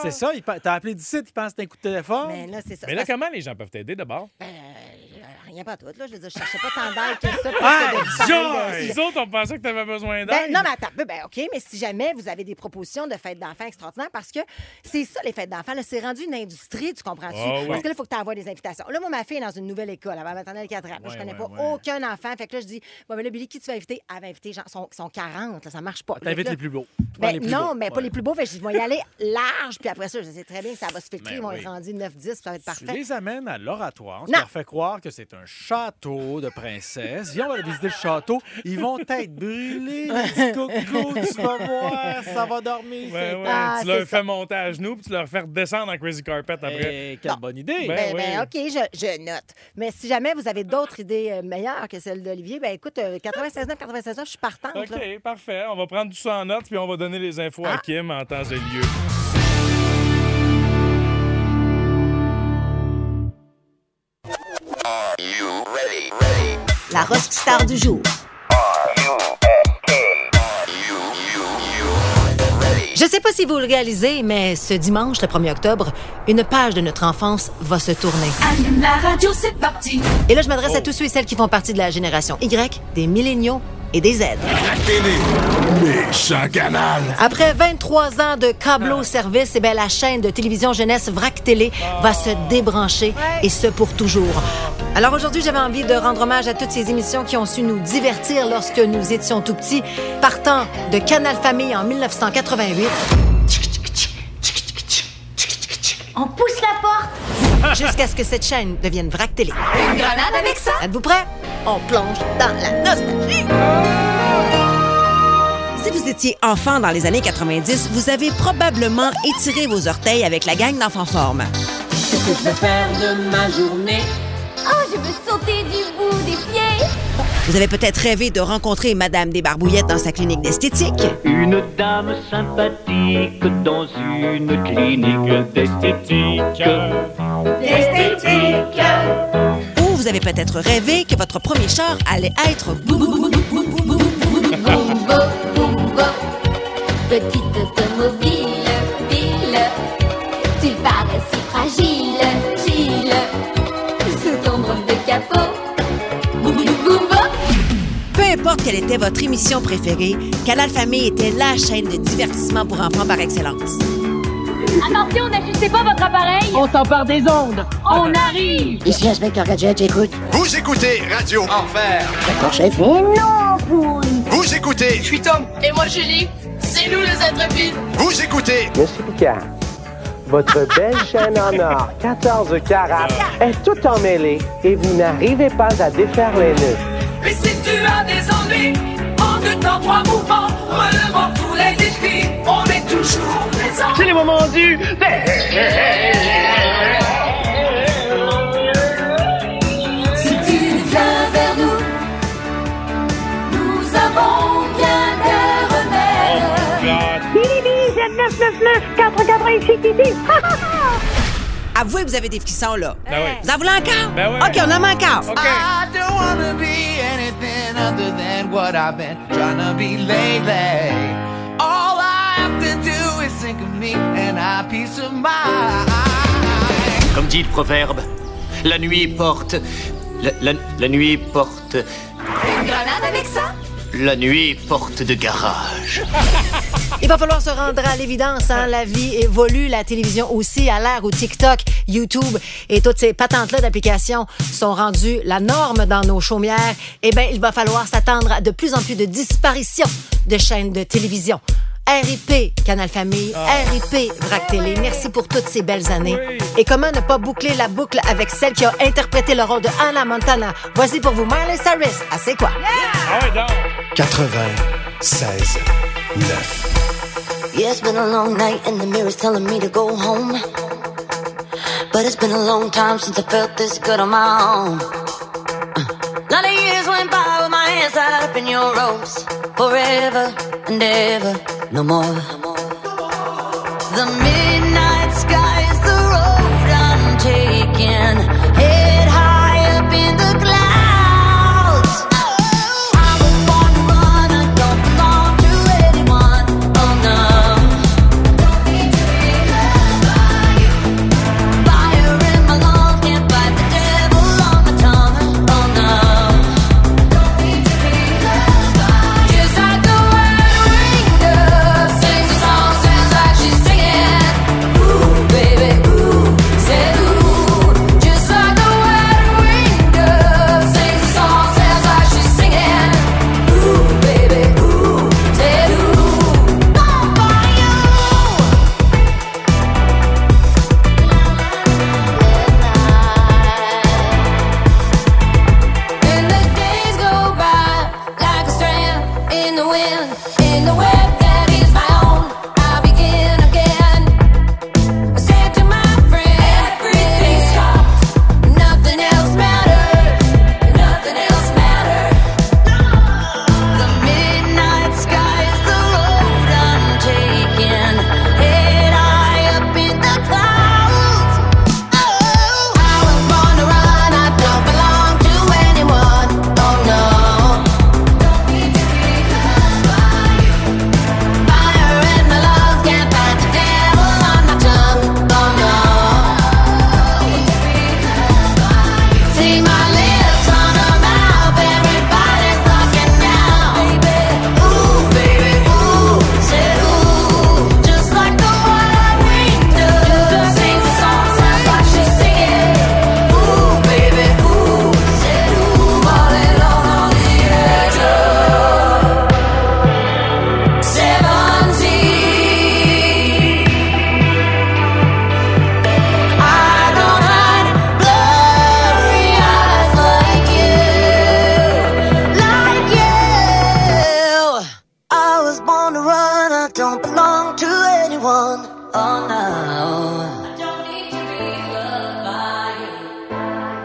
[SPEAKER 4] C'est ça. il pe- T'as appelé d'ici, il pense que t'as un coup de téléphone.
[SPEAKER 5] Mais là, c'est ça.
[SPEAKER 3] Oh. Mais là, comment les gens peuvent t'aider d'abord?
[SPEAKER 5] Ben, euh, rien pas tout, là. Je veux dire, je cherchais pas tant d'aide que ça. pour
[SPEAKER 4] Ah,
[SPEAKER 5] que de parler de-
[SPEAKER 3] Les autres, on pensait que t'avais besoin
[SPEAKER 5] Ben,
[SPEAKER 3] d'aide.
[SPEAKER 5] non, mais attends, ben, ben, OK, mais si jamais vous avez des propositions de fêtes d'enfants extraordinaires, parce que c'est ça, les fêtes d'enfants, là, c'est rendu une industrie, tu comprends-tu?
[SPEAKER 3] Ah oui.
[SPEAKER 5] Parce que là, il faut que tu envoies des invitations. Là, moi, ma fille est dans une nouvelle école, elle va à la maternelle 4 ans. Là, je
[SPEAKER 3] Ouais,
[SPEAKER 5] connais
[SPEAKER 3] ouais,
[SPEAKER 5] pas
[SPEAKER 3] ouais.
[SPEAKER 5] aucun enfant. Fait que là, je dis, bon, ben là, Billy, qui tu vas inviter? Elle va inviter, genre, sont, sont 40, là, ça marche pas. Fait
[SPEAKER 4] T'invites
[SPEAKER 5] que là,
[SPEAKER 4] les plus beaux. Tu prends
[SPEAKER 5] ben,
[SPEAKER 4] les plus
[SPEAKER 5] non,
[SPEAKER 4] beaux.
[SPEAKER 5] mais pas les plus beaux. Fait que je dis, je vais y aller large, puis après ça, je sais très bien que ça va se filtrer.
[SPEAKER 3] Ben
[SPEAKER 5] Ils vont
[SPEAKER 3] oui.
[SPEAKER 5] être rendus 9-10, ça va être
[SPEAKER 4] Tu
[SPEAKER 5] parfait.
[SPEAKER 4] les amènes à l'oratoire. Tu
[SPEAKER 5] Non.
[SPEAKER 4] leur fais croire que c'est un château de princesse. Viens, on va visiter le château. Ils vont être brûlés, les petits cocos. Tu vas voir, ça va dormir.
[SPEAKER 3] Ouais, ouais.
[SPEAKER 5] Ah,
[SPEAKER 3] tu
[SPEAKER 5] c'est
[SPEAKER 3] leur
[SPEAKER 5] ça.
[SPEAKER 3] fais monter à genoux, puis tu leur fais redescendre en Crazy Carpet après.
[SPEAKER 4] Eh, quelle bonne idée.
[SPEAKER 3] Ben,
[SPEAKER 5] Ben,
[SPEAKER 3] oui.
[SPEAKER 5] ben, OK, je, je note. Mais si jamais vous avez d'autres idées euh, meilleures que celle d'Olivier, ben écoute, euh, 96.9, 96.9, je suis partante. là.
[SPEAKER 3] OK, parfait. On va prendre tout ça en note, puis on va donner les infos à
[SPEAKER 5] Ah.
[SPEAKER 3] Kim en temps et lieu.
[SPEAKER 8] La rock star du jour. Je sais pas si vous le réalisez, mais ce dimanche, le 1er octobre, une page de notre enfance va se tourner.
[SPEAKER 9] Allume la radio, c'est parti.
[SPEAKER 8] Et là, je m'adresse à tous ceux et celles qui font partie de la génération Y, des milléniaux et des Z. Après 23 ans de
[SPEAKER 9] Ah.
[SPEAKER 8] câbleau service, eh bien, la chaîne de télévision jeunesse VRAC Télé va se
[SPEAKER 9] Ah.
[SPEAKER 8] débrancher et ce pour toujours. Alors aujourd'hui, j'avais envie de rendre hommage à toutes ces émissions qui ont su nous divertir lorsque nous étions tout petits, partant de Canal Famille en 1988
[SPEAKER 9] On pousse la porte.
[SPEAKER 8] jusqu'à ce que cette chaîne devienne VRAC Télé.
[SPEAKER 9] Une grenade avec ça.
[SPEAKER 8] Êtes-vous prêts? On plonge dans la nostalgie.
[SPEAKER 10] Si vous étiez enfant dans les années 90, vous avez probablement étiré vos orteils avec la gang d'enfants forme.
[SPEAKER 9] Oh, je veux sauter du bout des pieds.
[SPEAKER 10] Vous avez peut-être rêvé de rencontrer Madame Desbarbouillettes dans sa clinique d'esthétique.
[SPEAKER 11] Une dame sympathique dans une clinique d'esthétique.
[SPEAKER 10] Ou vous avez peut-être rêvé que votre premier char allait être Bou-
[SPEAKER 9] Boum, boum, boum, boum. Petite automobile, pile. Tu parais si fragile, Gilles. Sous ton drôle de capot. Boum, boum, boum, boum.
[SPEAKER 10] Peu importe quelle était votre émission préférée, Canal Famille était la chaîne de divertissement pour enfants par excellence.
[SPEAKER 9] Attention, n'ajustez pas votre appareil. On s'empare des ondes. On arrive.
[SPEAKER 8] Ici Inspecteur Gadget, j'écoute.
[SPEAKER 2] Vous écoutez Radio Enfer.
[SPEAKER 8] D'accord, chef?
[SPEAKER 2] Vous écoutez. Je suis Tom. Et moi, Julie. C'est nous les êtres Vous écoutez.
[SPEAKER 11] Votre belle chaîne en or, 14 carats, est tout emmêlée et vous n'arrivez pas à défaire les nœuds.
[SPEAKER 9] Mais si tu as des ennuis, en deux temps, trois mouvements, relevant tous les défis, on est toujours présent.
[SPEAKER 11] C'est le moment du...
[SPEAKER 9] Si tu viens vers nous, nous avons bien
[SPEAKER 5] Ah.
[SPEAKER 9] des remèdes.
[SPEAKER 3] God.
[SPEAKER 10] Avouez que vous avez des frissons, là.
[SPEAKER 3] Ben oui.
[SPEAKER 10] Vous en voulez encore?
[SPEAKER 3] Ben oui.
[SPEAKER 10] OK, on en manque encore.
[SPEAKER 3] OK.
[SPEAKER 5] Ah.
[SPEAKER 11] I don't wanna be anything other than what I've been trying to be lately. All I have to do is think of me and I peace of mind. Comme dit le proverbe, la nuit porte. La, la- la nuit porte.
[SPEAKER 9] Une grenade avec ça
[SPEAKER 11] La nuit porte de garage.
[SPEAKER 8] Il va falloir se rendre à l'évidence. Hein? La vie évolue, la télévision aussi, à l'ère où TikTok, YouTube et toutes ces patentes-là d'applications sont rendues la norme dans nos chaumières. Eh bien, il va falloir s'attendre à de plus en plus de disparitions de chaînes de télévision. RIP Canal Famille, RIP Vrac Télé, merci pour toutes ces belles années. Et comment ne pas boucler la boucle avec celle qui a interprété le rôle de Anna Montana? Voici pour vous Miley Cyrus, à c'est quoi?
[SPEAKER 3] Ah ouais, donc.
[SPEAKER 2] 96. 9.
[SPEAKER 8] Yeah, it's been a long night and the mirror's telling me to go home. But it's been a long time since I felt this good on my own. A lot of years went by with my hands tied up in your ropes. Forever and ever, no more. The midnight sky is the road I'm taking. Head high up in the clouds. I was born to run, I don't belong to anyone. Oh no. Oh,
[SPEAKER 9] wind, in the web that is my own, I begin again. I said to my friend, everything stopped, nothing else mattered, nothing else mattered. The midnight sky is the road I'm taking, head high up in the clouds. Oh, I was born to run, I don't belong to anyone. Oh no. Fire and my love can't fight the devil on my tongue. Oh no. Oh, See my lips on a mouth, everybody's talking now. Ooh, baby, ooh, say ooh, just like the wild wind does. Sings a song, sounds like she's singing. Ooh, baby, ooh, say ooh, all alone on the edge of. Seventeen. I don't hide blurry eyes like you, like you.
[SPEAKER 8] I was born to run, I don't belong to anyone. Oh no.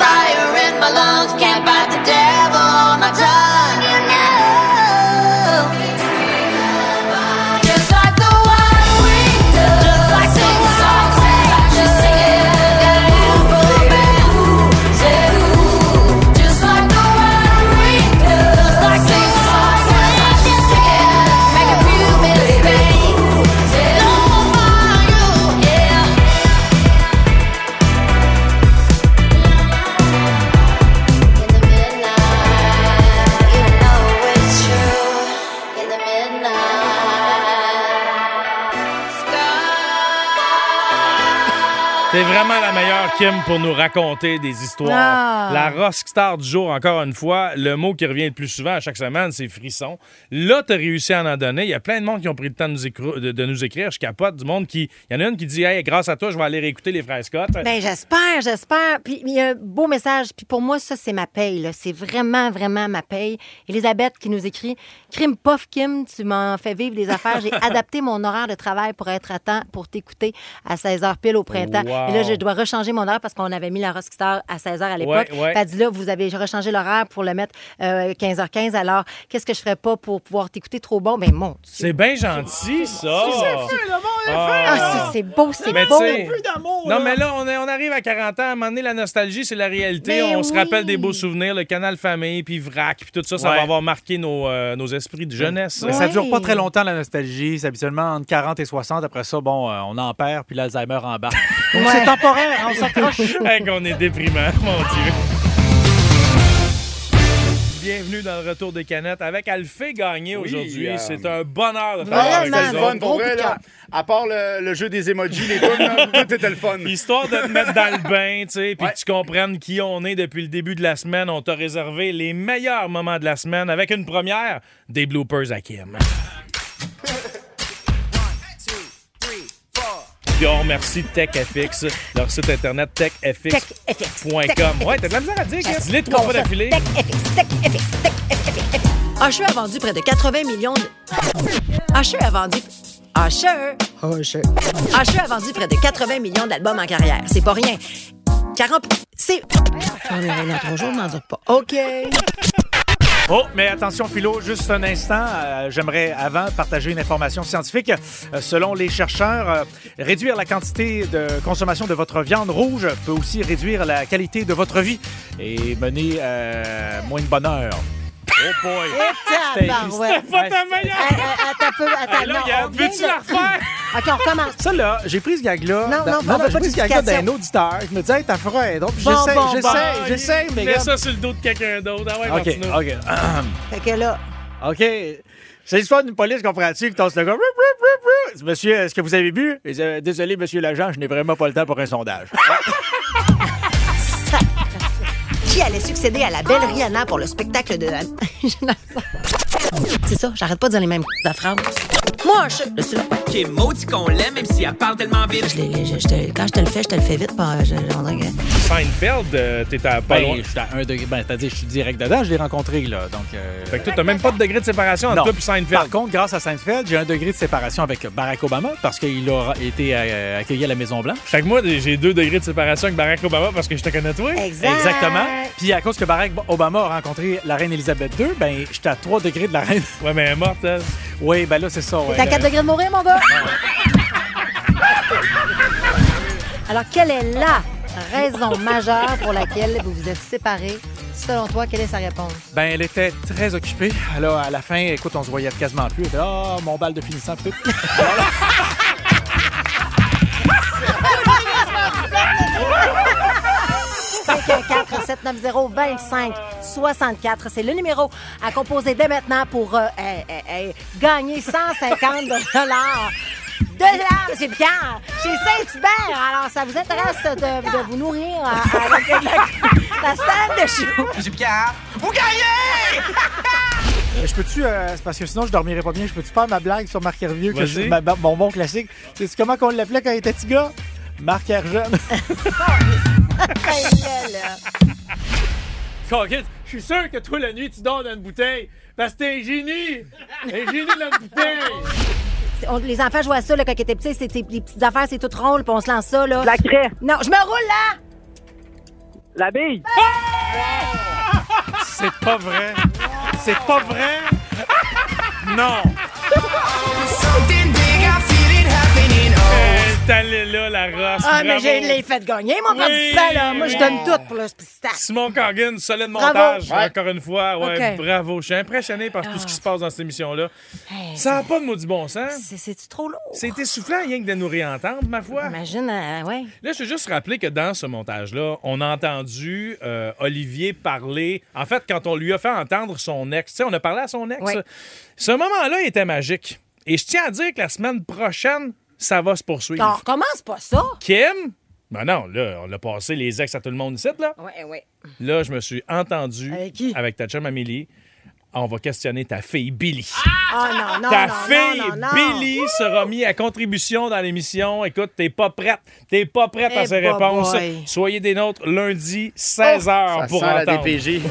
[SPEAKER 9] Fire in my lungs can't bite the devil on my tongue. You know, just like the wild wind does, just like sing songs, just singing. Just like the wild wind does, just like sing songs, just singing. Make a few mistakes, don't mind you, yeah.
[SPEAKER 3] T'es vraiment la meilleure, Kim, pour nous raconter des histoires.
[SPEAKER 12] Ah.
[SPEAKER 3] La rock star du jour, encore une fois, le mot qui revient le plus souvent à chaque semaine, c'est frisson. Là, t'as réussi à en donner. Il y a plein de monde qui ont pris le temps de nous, écro- de, de nous écrire. Je capote du monde qui... Il y en a une qui dit « Hey, grâce à toi, je vais aller réécouter les frères Scott.
[SPEAKER 5] Ben, j'espère, j'espère. Puis il y a un beau message. Puis pour moi, ça, c'est ma paye. là. C'est vraiment, vraiment ma paye. Elisabeth qui nous écrit Crime Pof Kim, tu m'en fais vivre des affaires. J'ai adapté mon horaire de travail pour être à temps pour t'écouter à 16 h pile au printemps.
[SPEAKER 12] Wow.
[SPEAKER 5] Et là, je dois rechanger mon horaire parce qu'on avait mis la Rockstar à 16 h à l'époque.
[SPEAKER 12] Ouais, ouais.
[SPEAKER 5] Puis elle dit là, vous avez rechangé l'horaire pour le mettre euh, 15h15. Alors, qu'est-ce que je ferais pas pour pouvoir t'écouter trop bon? Ben, mon Dieu.
[SPEAKER 3] C'est bien gentil, ça.
[SPEAKER 5] Ah, c'est- c'est beau, c'est
[SPEAKER 3] Mais
[SPEAKER 5] beau.
[SPEAKER 3] tu sais- Non, mais là, on, est- on arrive à 40 ans. À un moment donné, la nostalgie, c'est la réalité.
[SPEAKER 5] Mais
[SPEAKER 3] on se
[SPEAKER 5] oui.
[SPEAKER 3] rappelle des beaux souvenirs, le canal famille, puis Vrac, puis tout ça, ça
[SPEAKER 4] Ouais.
[SPEAKER 3] va avoir marqué nos, euh, nos esprits de jeunesse.
[SPEAKER 4] Mais Ça dure pas très longtemps, la nostalgie. C'est habituellement entre 40 et 60. Après ça, bon, euh, on en perd, puis l'Alzheimer en bas. Donc, c'est temporaire, hein, on s'accroche.
[SPEAKER 3] hey, qu'on est déprimant, mon Dieu. Bienvenue dans le retour des canettes avec Alphé Gagné aujourd'hui.
[SPEAKER 13] euh,
[SPEAKER 3] C'est un bonheur de
[SPEAKER 13] Ah,
[SPEAKER 3] faire
[SPEAKER 13] c'était le fun,
[SPEAKER 3] Pour
[SPEAKER 13] pour vrai, là. À part le, le jeu des emojis, les tunes, là, tout était le fun.
[SPEAKER 3] Histoire de te mettre dans le bain, tu sais, puis que tu comprennes qui on est depuis le début de la semaine. On t'a réservé les meilleurs moments de la semaine avec une première des bloopers à Kim. Puis on remercie TechFX, leur site internet techfx.com. Ouais, t'as de la misère à dire, Kim. Dis-les trois fois d'affilée.
[SPEAKER 10] Usher a vendu près de 80 millions de... Usher a vendu... Usher! Usher. a vendu près de 80 millions d'albums en carrière. C'est pas rien. 40... C'est... J'en ai rien à trois jours, m'en dure pas. OK.
[SPEAKER 4] Oh, mais attention, Philo, juste un instant. euh, J'aimerais avant partager une information scientifique. Euh, selon les chercheurs, euh, réduire la quantité de consommation de votre viande rouge peut aussi réduire la qualité de votre vie et mener euh, moins de bonheur. Oh boy!
[SPEAKER 5] C'était
[SPEAKER 4] pas ta meilleure!
[SPEAKER 5] euh, Attends un peu, attends.
[SPEAKER 4] Hey, là,
[SPEAKER 5] non,
[SPEAKER 4] regarde,
[SPEAKER 5] on vient
[SPEAKER 4] veux-tu
[SPEAKER 5] de-
[SPEAKER 4] la refaire?
[SPEAKER 5] OK, on recommence.
[SPEAKER 4] Ça, là, j'ai pris ce gag-là.
[SPEAKER 5] Non,
[SPEAKER 4] d'un-
[SPEAKER 5] non, pas de
[SPEAKER 4] j'ai pris ce gag-là d'un
[SPEAKER 5] modification.
[SPEAKER 4] auditeur. Je me disais, hey, t'as froid, donc
[SPEAKER 5] Bon,
[SPEAKER 4] j'essaie,
[SPEAKER 5] bon,
[SPEAKER 4] j'essaie,
[SPEAKER 5] bon.
[SPEAKER 4] j'essaie, mais.
[SPEAKER 3] Mets
[SPEAKER 4] regarde.
[SPEAKER 3] ça sur le dos de quelqu'un d'autre. Ah ouais,
[SPEAKER 4] OK,
[SPEAKER 3] Martineau.
[SPEAKER 4] OK.
[SPEAKER 5] Fait que là,
[SPEAKER 4] OK. C'est l'histoire d'une police comparative qui tasse le gars. Rup, rup, rup, rup. Il dit, Monsieur, est-ce que vous avez bu? Il dit, Euh, Désolé, monsieur l'agent, je n'ai vraiment pas le temps pour un sondage.
[SPEAKER 10] Qui allait succéder à la belle Rihanna pour le spectacle de... C'est ça, j'arrête pas de dire les mêmes de phrases. Moi, je. Le stylo.
[SPEAKER 12] Qui est maudit qu'on l'aime, même si elle parle tellement vite.
[SPEAKER 10] Je l'ai- je- je te- quand je te le fais, je te le fais vite. Pas, je, on dirait que-
[SPEAKER 3] Seinfeld, euh, t'es à pas loin.
[SPEAKER 4] Ben, je suis à un degré. Ben, c'est-à-dire, je suis direct dedans, je l'ai rencontré, là. Donc, euh,
[SPEAKER 3] Fait que toi, t'as même pas de degré de séparation entre
[SPEAKER 4] Non. Bah.
[SPEAKER 3] toi et Seinfeld.
[SPEAKER 4] Par contre, grâce à Seinfeld, j'ai un degré de séparation avec Barack Obama parce qu'il a été euh, accueilli à la Maison-Blanche.
[SPEAKER 3] Fait que moi, j'ai deux degrés de séparation avec Barack Obama parce que je te connais toi.
[SPEAKER 4] Exact. Exactement. Puis à cause que Barack Obama a rencontré la reine Elisabeth II, ben j'étais à 3 degrés de la reine.
[SPEAKER 3] Ouais, mais elle est morte, elle.
[SPEAKER 4] Oui, ben là, c'est ça. ouais.
[SPEAKER 10] T'es à 4 degrés de mourir, mon gars?
[SPEAKER 5] Alors, quelle est la raison majeure pour laquelle vous vous êtes séparés? Selon toi, quelle est sa réponse?
[SPEAKER 4] Ben, elle était très occupée. Alors, à la fin, écoute, on se voyait quasiment plus. Elle était, Ah, mon bal de finissant, pis tout.
[SPEAKER 5] C'est le numéro à composer dès maintenant pour euh, hey, hey, hey, gagner 150 dollars. dollars, Monsieur Pierre, chez Saint-Hubert. Alors, ça vous intéresse de, de vous nourrir euh, avec la, la salade de choux?
[SPEAKER 11] Monsieur Pierre, vous gagnez!
[SPEAKER 4] Euh, Je peux-tu, euh, c'est parce que sinon je dormirais pas bien, je peux-tu faire ma blague sur Marc Hervieux, que
[SPEAKER 3] Vas-y.
[SPEAKER 4] je- ma- ma- mon bon classique? C'est comment qu'on l'appelait quand il était petit gars? Marc Herjeune.
[SPEAKER 7] Coquette, je suis sûr que toi, la nuit, tu dors dans une bouteille. Parce que t'es un génie! Un génie de la bouteille!
[SPEAKER 5] C'est- on- les enfants jouent à ça là, quand ils étaient petits. C'est c'est- les petites affaires, c'est tout rond, là, puis on se lance ça. Là. La craie. Non, je me roule là!
[SPEAKER 14] La bille.
[SPEAKER 7] C'est pas vrai! C'est pas vrai! Non!
[SPEAKER 11] Something big, I feel it happening.
[SPEAKER 3] Elle est allée là, la rosse.
[SPEAKER 5] Ah, mais
[SPEAKER 3] Bravo.
[SPEAKER 5] j'ai les fait gagner, mon participant, là. Moi, je donne tout pour le spectacle.
[SPEAKER 3] Simon Corgan, solide
[SPEAKER 5] Bravo.
[SPEAKER 3] montage,
[SPEAKER 5] Ouais.
[SPEAKER 3] encore une fois. Ouais,
[SPEAKER 5] Ok. Ah.
[SPEAKER 3] bravo. Je suis impressionné par tout ce qui se passe dans cette émission-là. ça n'a pas de maudit bon sens.
[SPEAKER 5] C'est-tu trop lourd?
[SPEAKER 3] C'est essoufflant, rien que de nous réentendre, ma foi.
[SPEAKER 5] Imagine, euh, ouais.
[SPEAKER 3] Là, je veux juste rappeler que dans ce montage-là, on a entendu euh, Olivier parler. En fait, quand on lui a fait entendre son ex, tu sais, on a parlé à son ex. Ce moment-là était magique. Et je tiens à dire que la semaine prochaine, ça va se poursuivre.
[SPEAKER 5] Non, commence pas ça.
[SPEAKER 3] Kim? Ben non, là, on a passé les ex à tout le monde ici, là.
[SPEAKER 5] Ouais, ouais.
[SPEAKER 3] Là, je me suis entendu
[SPEAKER 5] Avec qui?
[SPEAKER 3] ta chum Amélie. On va questionner ta fille Billy.
[SPEAKER 5] Ah non, non,
[SPEAKER 3] ta
[SPEAKER 5] non,
[SPEAKER 3] fille
[SPEAKER 5] non, non, non.
[SPEAKER 3] Billy sera mise à contribution dans l'émission. Écoute, t'es pas prête. T'es pas prête à
[SPEAKER 5] Eh
[SPEAKER 3] ces
[SPEAKER 5] bah
[SPEAKER 3] réponses.
[SPEAKER 5] boy. Oh,
[SPEAKER 3] Soyez des nôtres lundi, 16h
[SPEAKER 13] Ça
[SPEAKER 3] pour
[SPEAKER 13] sent la
[SPEAKER 3] entendre.
[SPEAKER 13] DPJ.